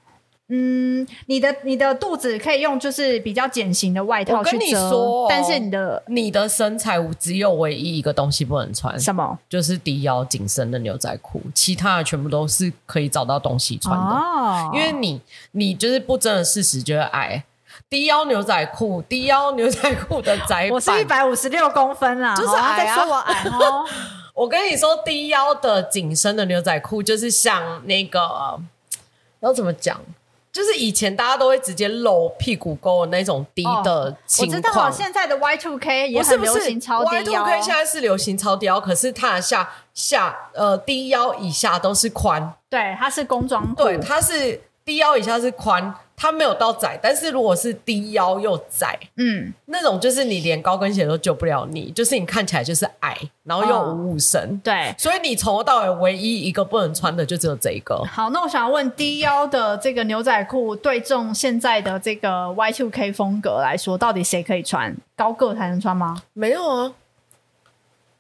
Speaker 2: 嗯，你的你的肚子可以用就是比较减型的外套
Speaker 1: 我跟
Speaker 2: 去
Speaker 1: 你
Speaker 2: 遮，
Speaker 1: 说哦
Speaker 2: 但是你的
Speaker 1: 你的身材只有唯一一个东西不能穿，
Speaker 2: 什么？
Speaker 1: 就是低腰紧身的牛仔裤，其他的全部都是可以找到东西穿的。
Speaker 2: 哦
Speaker 1: 因为你你就是不争的事实就是矮，低腰牛仔裤，低腰牛仔裤的窄版。
Speaker 2: 我是一百五十六公分啦，
Speaker 1: 就是
Speaker 2: 哦
Speaker 1: 矮啊
Speaker 2: 在说我 矮哦。
Speaker 1: 我跟你说，低腰的紧身的牛仔裤就是像那个，要怎么讲？就是以前大家都会直接露屁股沟的那种低的
Speaker 2: 哦我
Speaker 1: 情
Speaker 2: 知道
Speaker 1: 况。
Speaker 2: 现在的 Y two K 也
Speaker 1: 不是
Speaker 2: 很
Speaker 1: 不
Speaker 2: 流
Speaker 1: 是
Speaker 2: 行超低
Speaker 1: y
Speaker 2: 腰
Speaker 1: two K 现在是流行超低腰，可是它的下下呃低腰以下都是宽，
Speaker 2: 对，它是工装裤，
Speaker 1: 对，它是低腰以下是宽，它没有到窄，但是如果是低腰又窄，
Speaker 2: 嗯，
Speaker 1: 那种就是你连高跟鞋都救不了你，就是你看起来就是矮，然后又
Speaker 2: 啊
Speaker 1: 五五身，
Speaker 2: 对。
Speaker 1: 所以你从头到尾唯一一个不能穿的就只有这一个。
Speaker 2: 好，那我想问，低腰的这个牛仔裤对中现在的这个 Y two K 风格来说，到底谁可以穿？高个才能穿吗？
Speaker 1: 没有啊，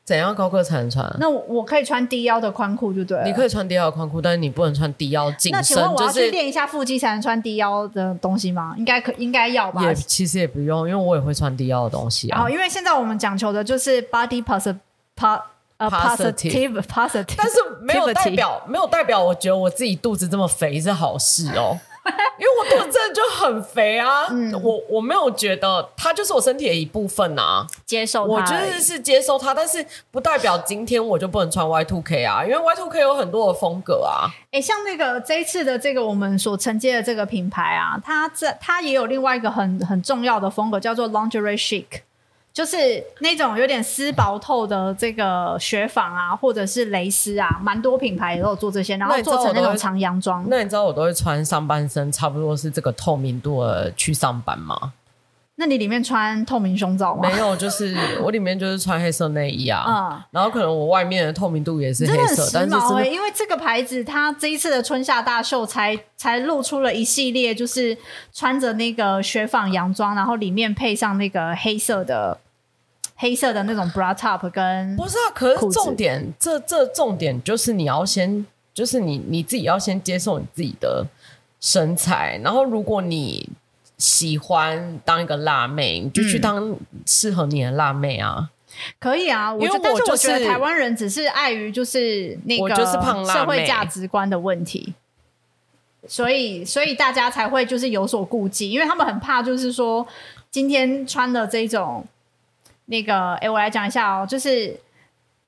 Speaker 1: 怎样高个才能穿啊？
Speaker 2: 那我我可以穿低腰的宽裤就对了。
Speaker 1: 你可以穿低腰的宽裤，但是你不能穿低腰紧
Speaker 2: 那请问
Speaker 1: 身，
Speaker 2: 我
Speaker 1: 就
Speaker 2: 要去
Speaker 1: 是
Speaker 2: 练一下腹肌才能穿低腰的东西吗？应该可应该要吧。
Speaker 1: 也其实也不用，因为我也会穿低腰的东西
Speaker 2: 然
Speaker 1: 啊
Speaker 2: 后，。因为现在我们讲求的就是 body posi po 呃
Speaker 1: Positive
Speaker 2: positive positive，
Speaker 1: 但是没有
Speaker 2: Tiffany
Speaker 1: 代表，没有代表，我觉得我自己肚子这么肥是好事哦， 因为我肚子真的就很肥啊，
Speaker 2: 嗯
Speaker 1: 我我没有觉得它就是我身体的一部分啊。
Speaker 2: 接受它
Speaker 1: 我
Speaker 2: 而已，
Speaker 1: 觉得是接受它，但是不代表今天我就不能穿 Y two K 啊，因为 Y two K 有很多的风格啊。
Speaker 2: 哎，像那个这一次的这个我们所承接的这个品牌啊，它这它也有另外一个很很重要的风格，叫做 lingerie chic，就是那种有点丝薄透的这个雪纺啊，或者是蕾丝啊，蛮多品牌也都有做这些，然
Speaker 1: 那
Speaker 2: 后
Speaker 1: 你知道
Speaker 2: 做成那
Speaker 1: 我都
Speaker 2: 种
Speaker 1: 会
Speaker 2: 长洋装。
Speaker 1: 那你知道我都会穿上半身差不多是这个透明度的去上班吗？
Speaker 2: 那你里面穿透明胸罩吗？
Speaker 1: 没有，就是我里面就是穿黑色内衣啊，
Speaker 2: 嗯
Speaker 1: 然后可能我外面的透明度也是
Speaker 2: 真
Speaker 1: 黑
Speaker 2: 的很
Speaker 1: 色，
Speaker 2: 时
Speaker 1: 但是真
Speaker 2: 髦哎、
Speaker 1: 的
Speaker 2: 因为这个牌子它这一次的春夏大秀才才露出了一系列，就是穿着那个雪纺洋装，然后里面配上那个黑色的黑色的那种 bra top 跟
Speaker 1: 不是啊。可是
Speaker 2: 裤子
Speaker 1: 重点，这这重点就是你要先，就是你你自己要先接受你自己的身材，然后如果你喜欢当一个辣妹，你
Speaker 2: 嗯
Speaker 1: 就去当适合你的辣妹啊。
Speaker 2: 可以啊，我觉
Speaker 1: 因为
Speaker 2: 得但
Speaker 1: 我
Speaker 2: 是我
Speaker 1: 就是
Speaker 2: 觉得台湾人只是碍于就是那
Speaker 1: 我
Speaker 2: 个
Speaker 1: 就是胖辣妹
Speaker 2: 社会价值观的问题。所以，所以大家才会就是有所顾忌，因为他们很怕，就是说今天穿的这种那个，哎，我来讲一下哦，就是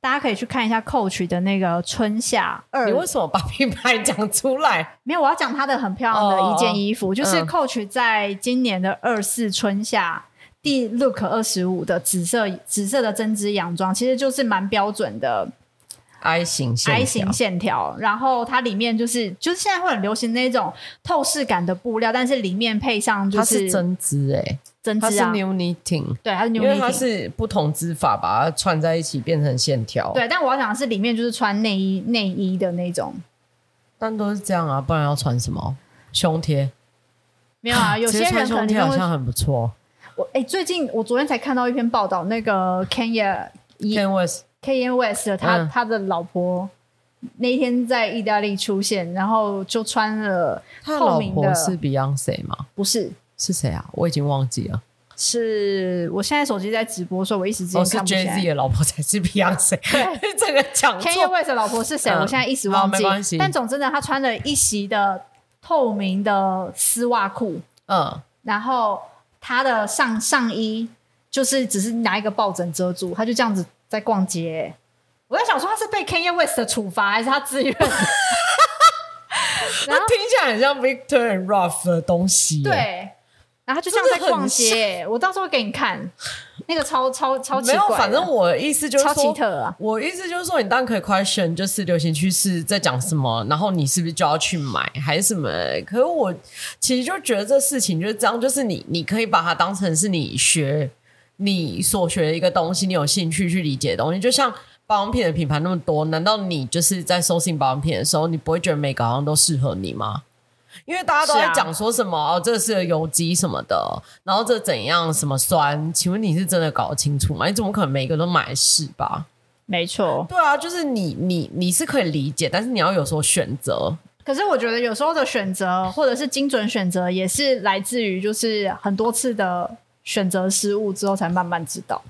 Speaker 2: 大家可以去看一下 Coach 的那个春夏二
Speaker 1: 你为什么把品牌讲出来？
Speaker 2: 没有，我要讲它的很漂亮的一件衣服，就是
Speaker 1: 嗯
Speaker 2: Coach 在今年的二四春夏。第 Look 二十五的紫色紫色的针织洋装，其实就是蛮标准的
Speaker 1: I 型线条
Speaker 2: I 型线条，然后它里面就是就是现在会很流行那种透视感的布料，但是里面配上就
Speaker 1: 它是针织哎、
Speaker 2: 针
Speaker 1: 它
Speaker 2: 织
Speaker 1: 是
Speaker 2: 啊，
Speaker 1: new knitting，
Speaker 2: 对，它是
Speaker 1: 因
Speaker 2: new
Speaker 1: 为它
Speaker 2: knitting，
Speaker 1: 是不同织法把它串在一起变成线条，，
Speaker 2: 对，但我要讲的是里面就是穿内衣内衣的那种，
Speaker 1: 但都是这样啊，不然要穿什么胸贴？
Speaker 2: 没有啊，有
Speaker 1: 其
Speaker 2: 些
Speaker 1: 实穿
Speaker 2: 人可
Speaker 1: 胸
Speaker 2: 能
Speaker 1: 贴
Speaker 2: 就
Speaker 1: 好
Speaker 2: 会
Speaker 1: 像很不错。
Speaker 2: 我哎、最近我昨天才看到一篇报道，那个 Kenya
Speaker 1: Ken West
Speaker 2: Kanye West 的他、
Speaker 1: 嗯
Speaker 2: 他的老婆那一天在意大利出现，然后就穿了
Speaker 1: 他
Speaker 2: 透
Speaker 1: 老
Speaker 2: 明
Speaker 1: 婆
Speaker 2: 的，
Speaker 1: 是 Beyonce 吗？
Speaker 2: 不是
Speaker 1: 是谁啊？我已经忘记了。
Speaker 2: 是我现在手机在直播，所以我一时之
Speaker 1: 哦，
Speaker 2: 间
Speaker 1: 是
Speaker 2: 看不起
Speaker 1: Jay
Speaker 2: 来
Speaker 1: Z。的老婆才是 Beyonce，
Speaker 2: 对
Speaker 1: 这个讲
Speaker 2: Kanye
Speaker 1: 错。
Speaker 2: West 的老婆是谁？
Speaker 1: 嗯
Speaker 2: 我现在一时忘
Speaker 1: 好没
Speaker 2: 记
Speaker 1: 关系。
Speaker 2: 但总之呢，他穿了一袭的透明的丝袜裤，
Speaker 1: 嗯，
Speaker 2: 然后他的上上衣就是只是拿一个抱枕遮住，他就这样子在逛街欸、我在想说他是被 Kanye West 的处罚，还是他自愿？然后
Speaker 1: 听起来很像 Victor and Ralph 的东西。，
Speaker 2: 对，然后他就这样在逛街欸、我到时候会给你看那个超超超奇
Speaker 1: 没
Speaker 2: 怪
Speaker 1: 有
Speaker 2: 的，，
Speaker 1: 反正我的意思就是
Speaker 2: 超奇
Speaker 1: 说，
Speaker 2: 特啊。
Speaker 1: 我意思就是说，你当然可以 question，就是流行趋势在讲什么，然后你是不是就要去买，还是什么？可是我其实就觉得这事情就是这样，就是你你可以把它当成是你学你所学的一个东西，你有兴趣去理解的东西。就像保养品的品牌那么多，难道你就是在搜寻保养品的时候，你不会觉得每个好像都适合你吗？因为大家都
Speaker 2: 是
Speaker 1: 在
Speaker 2: 啊
Speaker 1: 讲说什么、哦，这是有机什么的，然后这怎样什么酸？请问你是真的搞得清楚吗？你怎么可能每个都买是吧？
Speaker 2: 没错，
Speaker 1: 对啊，就是你你你是可以理解，但是你要有所选择。
Speaker 2: 可是我觉得有时候的选择，或者是精准选择，也是来自于就是很多次的选择失误之后，才慢慢知道。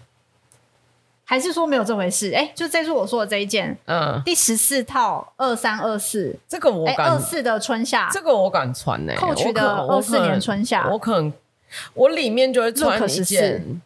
Speaker 2: 还是说没有这回事？哎、就这是我说的这一件
Speaker 1: 嗯，
Speaker 2: 第十四套二三二四，
Speaker 1: 这个我
Speaker 2: 哎，
Speaker 1: 敢，
Speaker 2: 二四的春夏，
Speaker 1: 这个我敢穿呢、欸。
Speaker 2: Coach
Speaker 1: 我可
Speaker 2: 的
Speaker 1: 我可
Speaker 2: 24年春夏
Speaker 1: 我可能我里面就会穿
Speaker 2: Look
Speaker 1: 一件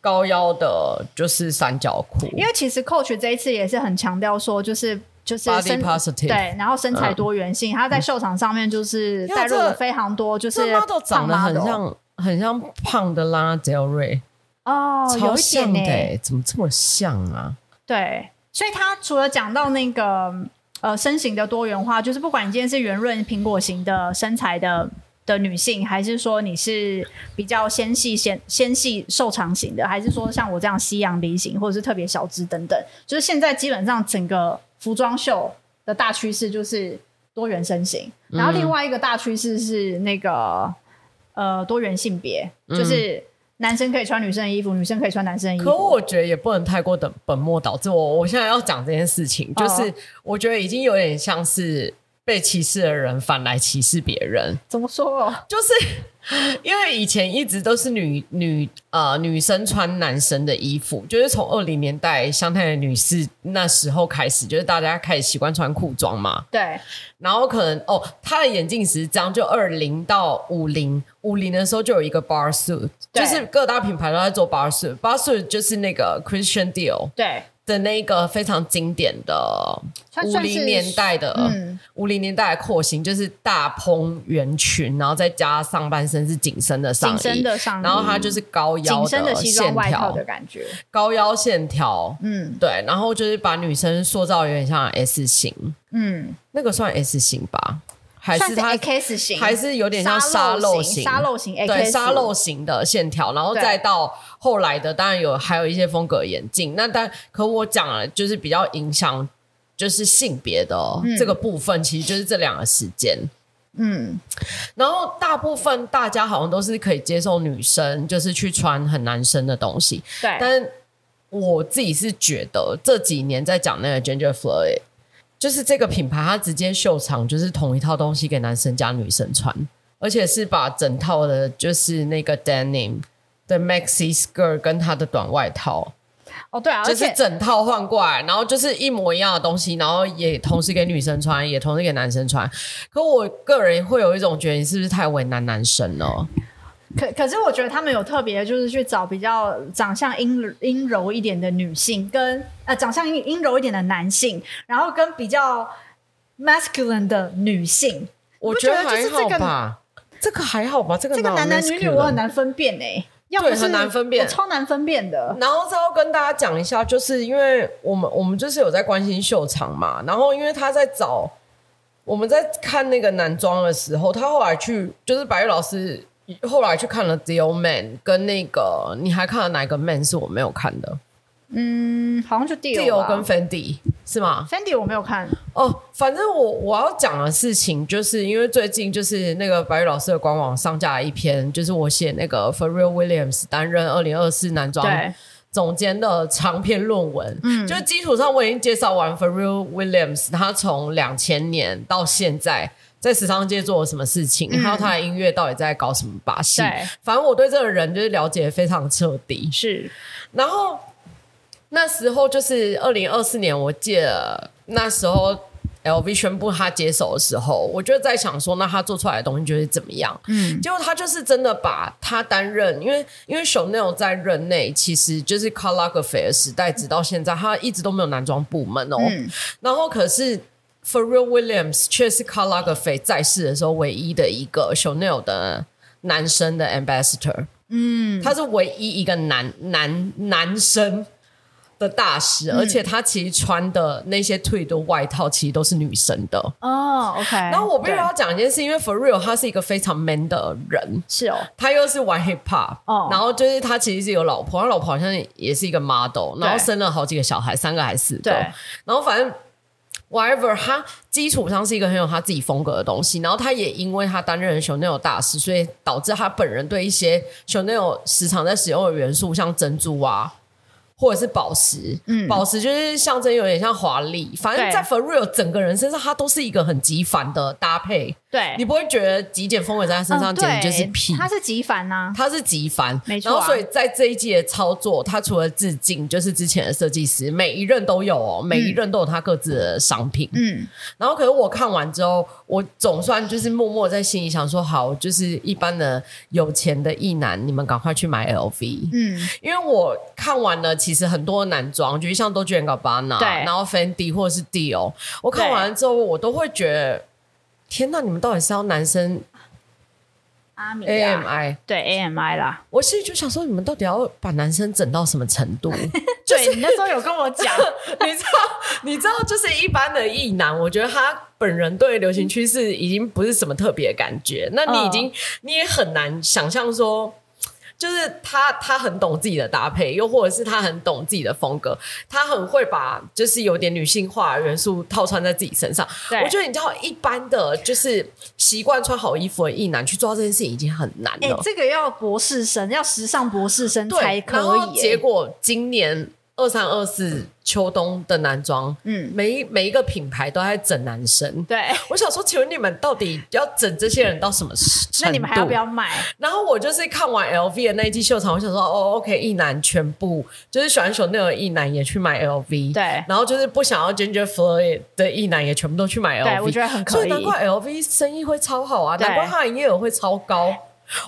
Speaker 1: 高腰的，就是三角裤，
Speaker 2: 因为其实 Coach 这一次也是很强调说，就是就是身
Speaker 1: body positive。
Speaker 2: 对，然后身材多元性，他在秀场上面
Speaker 1: 嗯
Speaker 2: 就是带入了非常多，就是
Speaker 1: 这 model 长得很
Speaker 2: 胖 model
Speaker 1: 像很像胖的拉德瑞，
Speaker 2: 哦，
Speaker 1: 超
Speaker 2: 有一点
Speaker 1: 像的、
Speaker 2: 呢、
Speaker 1: 欸，怎么这么像啊？
Speaker 2: 对，所以他除了讲到那个呃身形的多元化，就是不管你今天是圆润苹果型的身材的的女性，还是说你是比较纤细纤纤细瘦长型的，还是说像我这样西洋梨型，或者是特别小只等等，就是现在基本上整个服装秀的大趋势就是多元身形，然后另外一个大趋势是那个呃多元性别，就是。男生可以穿女生的衣服，女生可以穿男生的衣服。
Speaker 1: 可我觉得也不能太过等本末倒置。我我现在要讲这件事情，就是
Speaker 2: 哦
Speaker 1: 我觉得已经有点像是被歧视的人反来歧视别人，
Speaker 2: 怎么说、哦？
Speaker 1: 就是 因为以前一直都是女女呃女生穿男生的衣服，就是从二零年代香奈儿女士那时候开始，就是大家开始习惯穿裤装嘛。
Speaker 2: 对，
Speaker 1: 然后可能哦，他的眼镜时张就二零到五零，五零的时候就有一个 bar suit，
Speaker 2: 对
Speaker 1: 就是各大品牌都在做 bar suit，bar suit 就是那个 Christian Dior
Speaker 2: 对，
Speaker 1: 的那个非常经典的
Speaker 2: 它
Speaker 1: 五
Speaker 2: 算是
Speaker 1: 零年代的
Speaker 2: 嗯，
Speaker 1: 五零、年代的廓形，就是大蓬圆裙，然后再加上半身是紧身的上
Speaker 2: 紧
Speaker 1: 衣，
Speaker 2: 身的上衣，嗯
Speaker 1: 然后它就是高腰
Speaker 2: 紧身的西装
Speaker 1: 线
Speaker 2: 外套
Speaker 1: 条
Speaker 2: 的，感觉，
Speaker 1: 高腰线条，
Speaker 2: 嗯
Speaker 1: 对，然后就是把女生塑造有点像 S 型，
Speaker 2: 嗯，
Speaker 1: 那个算 S 型吧，还
Speaker 2: 算
Speaker 1: 是它
Speaker 2: X 型，
Speaker 1: 还是有点像
Speaker 2: 沙
Speaker 1: 漏
Speaker 2: 型，
Speaker 1: 型，
Speaker 2: 沙漏型 X，
Speaker 1: 对沙漏型的线条，然后
Speaker 2: 对
Speaker 1: 再到后来的，当然有还有一些风格眼镜。那但可我讲了，就是比较影响就是性别的、哦
Speaker 2: 嗯
Speaker 1: 这个部分，其实就是这两个时间。
Speaker 2: 嗯，
Speaker 1: 然后大部分大家好像都是可以接受女生就是去穿很男生的东西，
Speaker 2: 对，
Speaker 1: 但我自己是觉得这几年在讲那个 Gender Fluid，就是这个品牌它直接秀场就是同一套东西给男生加女生穿，而且是把整套的就是那个 denim 的 maxi skirt 跟它的短外套，
Speaker 2: 哦对啊，
Speaker 1: 就
Speaker 2: 而
Speaker 1: 是
Speaker 2: 且
Speaker 1: 整套换过来，然后就是一模一样的东西，然后也同时给女生穿，也同时给男生穿。可我个人会有一种觉得你是不是太为难男生哦了？
Speaker 2: 可可是我觉得他们有特别，就是去找比较长相阴阴柔一点的女性，跟呃长相阴阴柔一点的男性，然后跟比较 masculine 的女性，
Speaker 1: 我
Speaker 2: 不
Speaker 1: 觉
Speaker 2: 觉
Speaker 1: 得
Speaker 2: 得就
Speaker 1: 还
Speaker 2: 是
Speaker 1: 好
Speaker 2: 这个
Speaker 1: 吧，这个还好吧，这个
Speaker 2: 这个
Speaker 1: 哪有
Speaker 2: 男男女女
Speaker 1: 哦 masculine？
Speaker 2: 我很难分辨哎、要不
Speaker 1: 对
Speaker 2: 是
Speaker 1: 很难分辨
Speaker 2: 我超难分辨的。
Speaker 1: 然后再要跟大家讲一下，就是因为我们我们就是有在关心秀场嘛，然后因为他在找我们在看那个男装的时候，他后来去就是白玉老师后来去看了《The Old Man》跟那个你还看了哪一个 Man 是我没有看的
Speaker 2: 嗯，好像就
Speaker 1: d
Speaker 2: Dior
Speaker 1: i o
Speaker 2: 吧
Speaker 1: 跟 Fendi 是吗？
Speaker 2: Fendi 我没有看，
Speaker 1: 哦，反正我我要讲的事情，就是因为最近就是那个白玉老师的官网上架了一篇，就是我写那个 f e r r e l Williams 担任二零二四男装
Speaker 2: 对，
Speaker 1: 总监的长篇论文，
Speaker 2: 嗯
Speaker 1: 就是基础上我已经介绍完 Pharrell Williams，他从两千年到现在在时尚界做了什么事情，还有他的音乐到底在搞什么把戏
Speaker 2: 嗯对。
Speaker 1: 反正我对这个人就是了解得非常彻底。
Speaker 2: 是
Speaker 1: 然后那时候就是二零二四年，我记得那时候 LV 宣布他接手的时候，我就在想说，那他做出来的东西就是怎么样？
Speaker 2: 嗯
Speaker 1: 结果他就是真的把他担任，因为因为 Chanel 在任内其实就是 c a r l a g e f a i r 时代，直到现在他一直都没有男装部门哦。
Speaker 2: 嗯
Speaker 1: 然后可是 f e r r e l Williams 却是 c a r l a g e f a i r 在世的时候唯一的一个 Chanel 的男生的 ambassador，
Speaker 2: 嗯，
Speaker 1: 他是唯一一个男男男生。的大使，而且他其实穿的那些 tweed 的外套，其实都是女生的。
Speaker 2: 哦，OK。
Speaker 1: 然后我必须
Speaker 2: 对
Speaker 1: 要讲一件事，因为 f e r r e l 他是一个非常 man 的人，
Speaker 2: 是哦，
Speaker 1: 他又是玩 hip hop，、
Speaker 2: 哦
Speaker 1: 然后就是他其实是有老婆，他老婆好像也是一个 model，然后生了好几个小孩，三个还是四个
Speaker 2: 对，，
Speaker 1: 然后反正 whatever，他基础上是一个很有他自己风格的东西，然后他也因为他担任 Chanel 大师，所以导致他本人对一些 Chanel 时常在使用的元素，像珍珠啊。或者是宝石，
Speaker 2: 嗯
Speaker 1: 宝石就是象征有点像华丽，反正
Speaker 2: 对
Speaker 1: 在 f e r r e l 整个人身上，他都是一个很极繁的搭配，
Speaker 2: 对，
Speaker 1: 你不会觉得极简风格在他身上
Speaker 2: 嗯
Speaker 1: 简直就是
Speaker 2: 对
Speaker 1: 屁。
Speaker 2: 他是极繁呐，
Speaker 1: 他是极繁，
Speaker 2: 没错啊
Speaker 1: 然后所以在这一季的操作，他除了致敬，就是之前的设计师，每一任都有哦，每一任都有他各自的商品。
Speaker 2: 嗯，
Speaker 1: 然后可是我看完之后，我总算就是默默在心里想说，好，就是一般的有钱的异男，你们赶快去买 LV。
Speaker 2: 嗯，
Speaker 1: 因为我看完了，其实很多男装，就像 d o j a n g a b a n a
Speaker 2: 对
Speaker 1: 然后 Fendi 或者是 Dior，我看完了之后，我都会觉得，天呐，你们到底是要男生
Speaker 2: 阿米啊
Speaker 1: AMI
Speaker 2: 对 AMI 啦，
Speaker 1: 我心里就想说，你们到底要把男生整到什么程度？ 你
Speaker 2: 对你那时候有跟我 讲，
Speaker 1: 知道，你知道，就是一般的异男，我觉得他本人对流行趋势已经不是什么特别的感觉。那你已经，你也很难想象说。就是他，他很懂自己的搭配，又或者是他很懂自己的风格，他很会把就是有点女性化的元素套穿在自己身上。
Speaker 2: 对
Speaker 1: 我觉得你知道，一般的就是习惯穿好衣服的异男去做到这件事情已经很难
Speaker 2: 哎
Speaker 1: 了。，
Speaker 2: 这个要博士生，要时尚博士生
Speaker 1: 对，
Speaker 2: 才
Speaker 1: 然
Speaker 2: 可
Speaker 1: 后
Speaker 2: 以，
Speaker 1: 结果今年二三二四秋冬的男装，
Speaker 2: 嗯，
Speaker 1: 每一每一个品牌都在整男生。
Speaker 2: 对，
Speaker 1: 我想说，请问你们到底要整这些人到什么时程度？
Speaker 2: 那你们还要不要买？
Speaker 1: 然后我就是看完 LV 的那一季秀场，我想说，哦，OK，一男全部就是喜欢 Chanel 的一男也去买 LV，
Speaker 2: 对
Speaker 1: 然后就是不想要 Ginger Floyd 的一男也全部都去买 LV，
Speaker 2: 对我觉得很可以
Speaker 1: 所以难怪 LV 生意会超好啊，
Speaker 2: 对
Speaker 1: 难怪它的营业额会超高。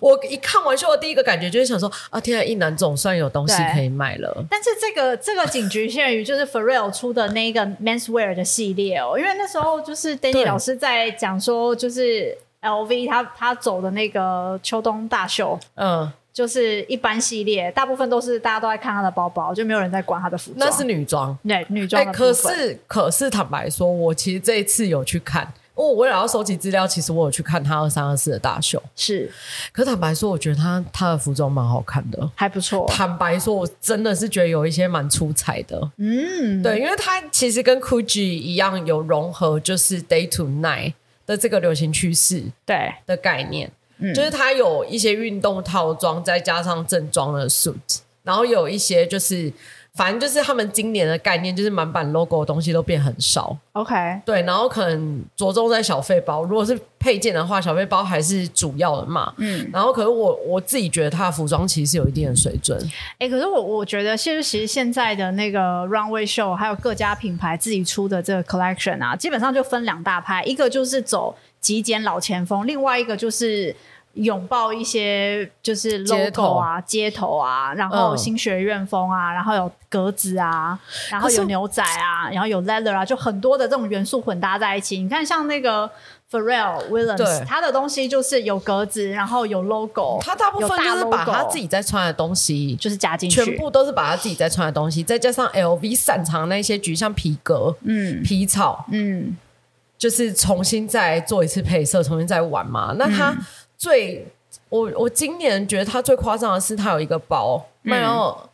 Speaker 1: 我一看完秀的第一个感觉就是想说，啊，天啊，一男总算有东西
Speaker 2: 对
Speaker 1: 可以卖了。
Speaker 2: 但是这个这个仅局限于就是 Farrell 出的那个 menswear 的系列哦，因为那时候就是 Danny
Speaker 1: 对
Speaker 2: 老师在讲说，就是 LV 他他走的那个秋冬大秀，
Speaker 1: 嗯，
Speaker 2: 就是一般系列，大部分都是大家都在看他的包包，就没有人在管他的服装。
Speaker 1: 那是女装。
Speaker 2: 对女
Speaker 1: 哎、
Speaker 2: 装的部
Speaker 1: 可
Speaker 2: 分、
Speaker 1: 是可是坦白说，我其实这一次有去看，因为我为了要收集资料，其实我有去看他二三二四的大秀。
Speaker 2: 是
Speaker 1: 可坦白说，我觉得他他的服装蛮好看的。
Speaker 2: 还不错，
Speaker 1: 坦白说，我真的是觉得有一些蛮出彩的。
Speaker 2: 嗯，
Speaker 1: 对，因为他其实跟 Gucci 一样，有融合就是 day to night 的这个流行趋势
Speaker 2: 对，
Speaker 1: 的概念，
Speaker 2: 嗯
Speaker 1: 就是它有一些运动套装，再加上正装的 suit，然后有一些就是。反正就是他们今年的概念，就是满版 logo 的东西都变很少，
Speaker 2: OK，
Speaker 1: 对，然后可能着重在小费包，如果是配件的话，小费包还是主要的嘛，
Speaker 2: 嗯，
Speaker 1: 然后，可是我我自己觉得他的服装其实是有一定的水准，
Speaker 2: 哎、可是我我觉得，现实其实现在的那个 runway show，还有各家品牌自己出的这个 collection 啊，基本上就分两大派，一个就是走极简老前锋，另外一个就是拥抱一些就是
Speaker 1: 街头
Speaker 2: logo 啊、街头啊，然后
Speaker 1: 嗯
Speaker 2: 新学院风啊，然后有格子啊，然后
Speaker 1: 可是
Speaker 2: 有牛仔啊，然后有 leather 啊，就很多的这种元素混搭在一起。你看，像那个。 Pharrell Williams，
Speaker 1: 对
Speaker 2: 他的东西就是有格子，然后有 logo，
Speaker 1: 他大部分
Speaker 2: 有大
Speaker 1: 就是把
Speaker 2: logo
Speaker 1: 他自己在穿的东西，
Speaker 2: 就是加进去，
Speaker 1: 全部都是把他自己在穿的东西，再加上 LV 擅长那些局，像皮革、
Speaker 2: 嗯
Speaker 1: 皮草，
Speaker 2: 嗯
Speaker 1: 就是重新再做一次配色，重新再玩嘛。那他
Speaker 2: 嗯
Speaker 1: 最、我我今年觉得他最夸张的是，他有一个包
Speaker 2: 嗯
Speaker 1: 卖到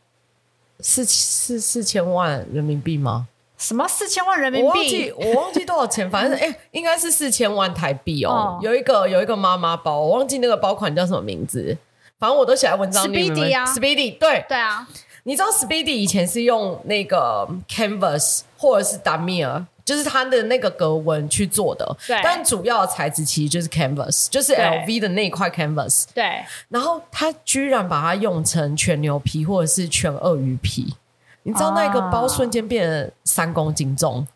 Speaker 1: 四四四千万人民币吗？
Speaker 2: 什么四千万人
Speaker 1: 我
Speaker 2: 民
Speaker 1: 忘记
Speaker 2: 币？
Speaker 1: 我忘记多少钱，反正 哎、应该是四千万台币哦。
Speaker 2: 哦
Speaker 1: 有一个有一个妈妈包，我忘记那个包款叫什么名字，反正我都写在文章里面。
Speaker 2: Speedy 啊
Speaker 1: Speedy 对，
Speaker 2: 对啊，
Speaker 1: 你知道 Speedy 以前是用那个 Canvas 或者是 Damier，就是它的那个格纹去做的，
Speaker 2: 对
Speaker 1: 但主要的材质其实就是 Canvas，就是
Speaker 2: 对
Speaker 1: LV 的那一块 Canvas。
Speaker 2: 对，
Speaker 1: 然后他居然把它用成全牛皮或者是全鳄鱼皮，你知道那个包
Speaker 2: 啊
Speaker 1: 瞬间变成三公斤重。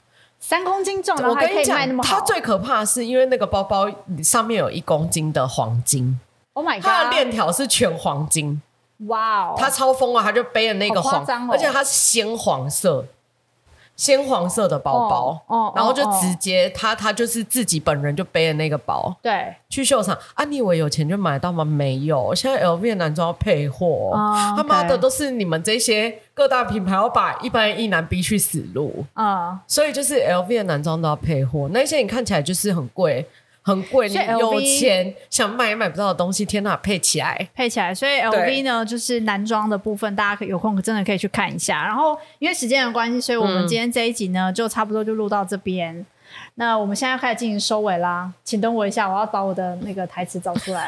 Speaker 2: 三公斤重，然
Speaker 1: 我
Speaker 2: 后还
Speaker 1: 跟
Speaker 2: 可
Speaker 1: 你
Speaker 2: 以哦卖那
Speaker 1: 讲，
Speaker 2: 么好
Speaker 1: 它最可怕的是，因为那个包包上面有一公斤的黄金，
Speaker 2: ，Oh my
Speaker 1: 它的链
Speaker 2: god，
Speaker 1: 条是全黄金，
Speaker 2: 哇哦，
Speaker 1: 他超疯啊！他就背了那个
Speaker 2: 好
Speaker 1: 黄，
Speaker 2: 夸张哦
Speaker 1: 而且它是鲜黄色，鲜黄色的包包，
Speaker 2: 哦哦
Speaker 1: 然后就
Speaker 2: 哦
Speaker 1: 直接他他就是自己本人就背了那个包
Speaker 2: 对，
Speaker 1: 去秀场啊！你以为有钱就买得到吗？没有，现在 LV 的男装要配货，
Speaker 2: 哦
Speaker 1: 他妈的
Speaker 2: OK
Speaker 1: 都是你们这些各大品牌要把一般一男逼去死路，
Speaker 2: 嗯，
Speaker 1: 所以就是 LV 的男装都要配货，那些你看起来就是很贵。很贵，你
Speaker 2: 所以 LV
Speaker 1: 有钱想买也买不到的东西，天哪，配起来！
Speaker 2: 配起来。所以 LV 呢，就是男装的部分，大家可以有空真的可以去看一下。然后因为时间的关系，所以我们今天这一集呢，就差不多就录到这边。那我们现在开始进行收尾啦，请等我一下，我要把我的那个台词找出 来。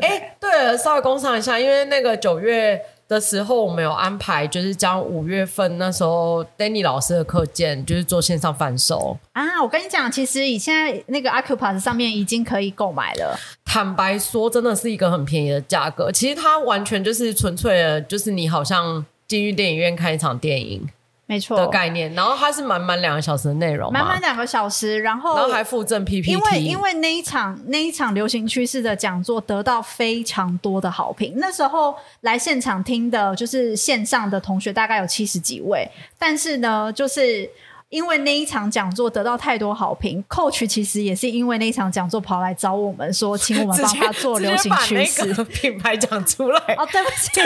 Speaker 1: 哎、对了，稍微工商一下，因为那个九月的时候，我们有安排，就是将五月份那时候 Danny 老师的课件，就是做线上贩售。
Speaker 2: 啊，我跟你讲，其实以现在那个 Acupass 上面已经可以购买了，
Speaker 1: 坦白说，真的是一个很便宜的价格。其实它完全就是纯粹的，就是你好像进去电影院看一场电影
Speaker 2: 没错，
Speaker 1: 的概念，然后它是满满两个小时的内容嘛，
Speaker 2: 满满两个小时，然后
Speaker 1: 然后还附赠 PPT，
Speaker 2: 因为因为那一场那一场流行趋势的讲座得到非常多的好评，那时候来现场听的，就是线上的同学大概有七十几位，但是呢，就是。因为那一场讲座得到太多好评，Coach 其实也是因为那一场讲座跑来找我们说，请我们
Speaker 1: 直
Speaker 2: 帮
Speaker 1: 接
Speaker 2: 他做流行趋
Speaker 1: 直
Speaker 2: 势
Speaker 1: 接把。那个品牌讲出来，
Speaker 2: 哦，对不 起。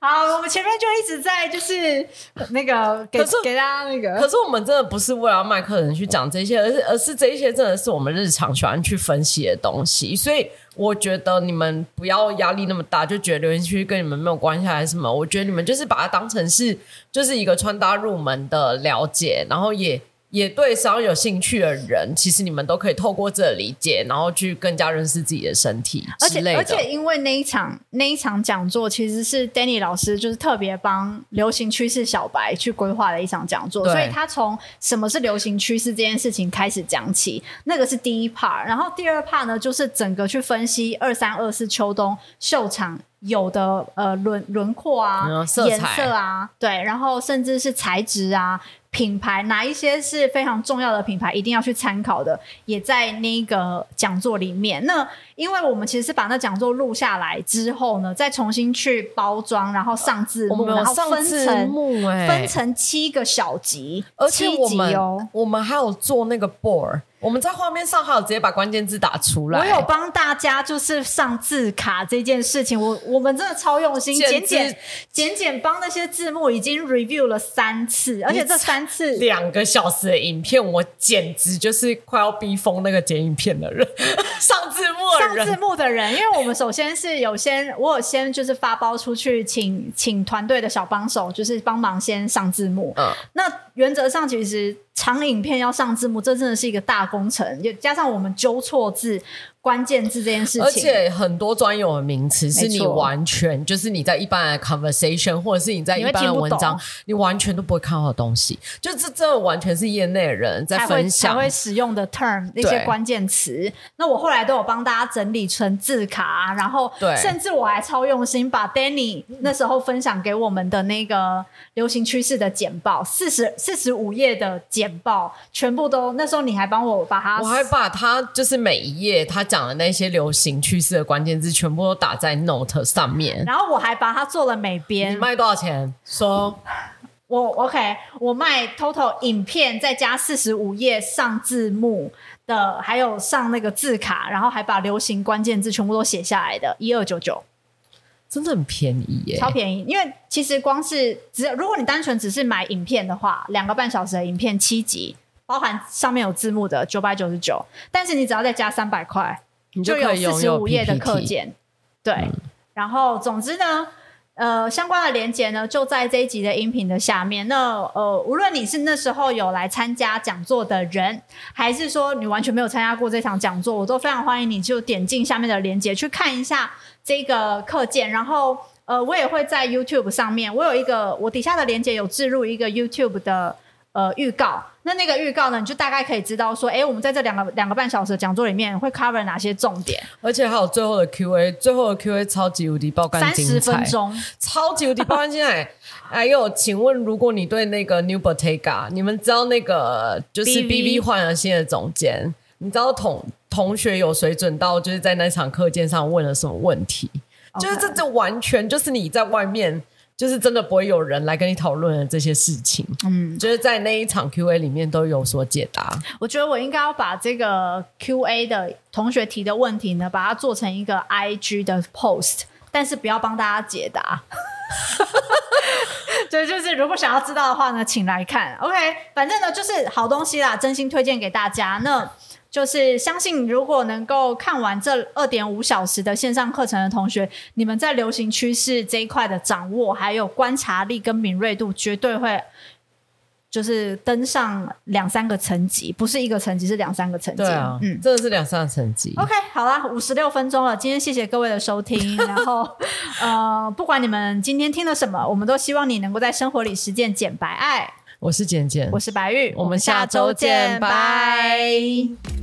Speaker 2: 好，我们前面就一直在就是那个给
Speaker 1: 可是
Speaker 2: 给大家那
Speaker 1: 可
Speaker 2: 个，
Speaker 1: 是我们真的不是为了要卖客人去讲这些，而是而是这一些真的是我们日常喜欢去分析的东西。所以我觉得你们不要压力那么大，就觉得留言区跟你们没有关系还是什么。我觉得你们就是把它当成是就是一个穿搭入门的了解，然后也。也对商有兴趣的人，其实你们都可以透过这理解，然后去更加认识自己的身体
Speaker 2: 而
Speaker 1: 之
Speaker 2: 且
Speaker 1: 类的。
Speaker 2: 而且因为那一场那一场讲座其实是 Danny 老师就是特别帮流行趋势小白去规划的一场讲座，
Speaker 1: 对
Speaker 2: 所以他从什么是流行趋势这件事情开始讲起，那个是第一 part，然后第二 part 呢就是整个去分析二三二四秋冬秀场。有的呃轮轮廓啊，
Speaker 1: 嗯色彩
Speaker 2: 颜色啊，对，然后甚至是材质啊、品牌，哪一些是非常重要的品牌，一定要去参考的，也在那个讲座里面。那因为我们其实是把那讲座录下来之后呢，再重新去包装，然后上字
Speaker 1: 我
Speaker 2: 幕，
Speaker 1: 们
Speaker 2: 然
Speaker 1: 有
Speaker 2: 后
Speaker 1: 上
Speaker 2: 分
Speaker 1: 字
Speaker 2: 成
Speaker 1: 幕、哎，
Speaker 2: 分成七个小集，
Speaker 1: 而且
Speaker 2: 七
Speaker 1: 我
Speaker 2: 集
Speaker 1: 们、
Speaker 2: 哦。
Speaker 1: 我们还有做那个 board，我们在画面上还有直接把关键字打出来。
Speaker 2: 我有帮大家就是上字卡这件事情，我我们真的超用心，
Speaker 1: 简
Speaker 2: 简
Speaker 1: 直
Speaker 2: 简简简帮那些字幕已经 review 了三次，而且这三次
Speaker 1: 两个小时的影片，我简直就是快要逼疯那个剪影片的人， 上字幕的
Speaker 2: 上字
Speaker 1: 人。
Speaker 2: 幕的人，因为我们首先是有先，我有先就是发包出去请，请团队的小帮手，就是帮忙先上字幕。
Speaker 1: 嗯，
Speaker 2: 那原则上其实长影片要上字幕，这真的是一个大工程，也加上我们纠错字、关键字这件事情，
Speaker 1: 而且很多专有的名词是
Speaker 2: 没
Speaker 1: 你
Speaker 2: 错
Speaker 1: 完全就是你在一般的 conversation 或者是你在一
Speaker 2: 你会
Speaker 1: 般的
Speaker 2: 听不
Speaker 1: 文章
Speaker 2: 懂，
Speaker 1: 你完全都不会看到的东西，就这这完全是业内的人在
Speaker 2: 才会
Speaker 1: 分
Speaker 2: 才
Speaker 1: 享。
Speaker 2: 会使用的 term 那些关键词。那我后来都有帮大家整理成字卡啊、然后
Speaker 1: 对
Speaker 2: 甚至我还超用心，把 Danny 那时候分享给我们的那个流行趋势的简报，四十四十五页的简报，全部都那时候你还帮我把它
Speaker 1: 我还把他就是每一页他讲的那些流行趋势的关键字全部都打在 Note 上面。
Speaker 2: 然后我还把它做了美编
Speaker 1: 你，卖多少钱？说
Speaker 2: 我 OK，我卖 Total 影片，再加四十五页上字幕的，还有上那个字卡，然后还把流行关键字全部都写下来的，一二九九，
Speaker 1: 真的很便宜耶、
Speaker 2: 超便宜。因为其实光是只有如果你单纯只是买影片的话，两个半小时的影片七集，包含上面有字幕的九百九十九，但是你只要再加三百块，
Speaker 1: 你
Speaker 2: 就
Speaker 1: 可以
Speaker 2: 有
Speaker 1: 拥
Speaker 2: 四十
Speaker 1: 有
Speaker 2: 五页的
Speaker 1: PPT
Speaker 2: 课件。对，
Speaker 1: 嗯
Speaker 2: 然后总之呢，呃，相关的连接呢就在这一集的音频的下面。那呃，无论你是那时候有来参加讲座的人，还是说你完全没有参加过这场讲座，我都非常欢迎你就点进下面的连接去看一下这个课件，然后。呃，我也会在 YouTube 上面，我有一个我底下的连接有置入一个 YouTube 的呃预告。那那个预告呢，你就大概可以知道说，哎，我们在这两个两个半小时的讲座里面会 cover 哪些重点，
Speaker 1: 而且还有最后的 Q&A，最后的 Q&A 超级无敌爆肝
Speaker 2: 三
Speaker 1: 精
Speaker 2: 十
Speaker 1: 彩，
Speaker 2: 分钟。
Speaker 1: 超级无敌爆肝精 彩。还有，请问如果你对那个 New Bottega，你们知道那个就是
Speaker 2: BV
Speaker 1: BV 换了新的总监，你知道同同学有水准到就是在那场课件上问了什么问题
Speaker 2: OK
Speaker 1: 就是这这完全就是你在外面。就是真的不会有人来跟你讨论的这些事情，
Speaker 2: 嗯，
Speaker 1: 就是在那一场 Q&A 里面都有所解答。
Speaker 2: 我觉得我应该要把这个 Q&A 的同学提的问题呢，把它做成一个 IG 的 post，但是不要帮大家解答。 对，就是如果想要知道的话呢，请来看。OK，反正呢就是好东西啦，真心推荐给大家。那就是相信，如果能够看完这二点五小时的线上课程的同学，你们在流行趋势这一块的掌握，还有观察力跟敏锐度，绝对会就是登上两三个层级，不是一个层级，是两三个层级。
Speaker 1: 对啊，
Speaker 2: 嗯。
Speaker 1: 真的是两上成绩。
Speaker 2: OK，好啦，五十六分钟了，今天谢谢各位的收听。然后，呃，不管你们今天听了什么，我们都希望你能够在生活里实践简白爱。
Speaker 1: 我是简简，
Speaker 2: 我是白玉，
Speaker 1: 我们下周见拜
Speaker 2: 拜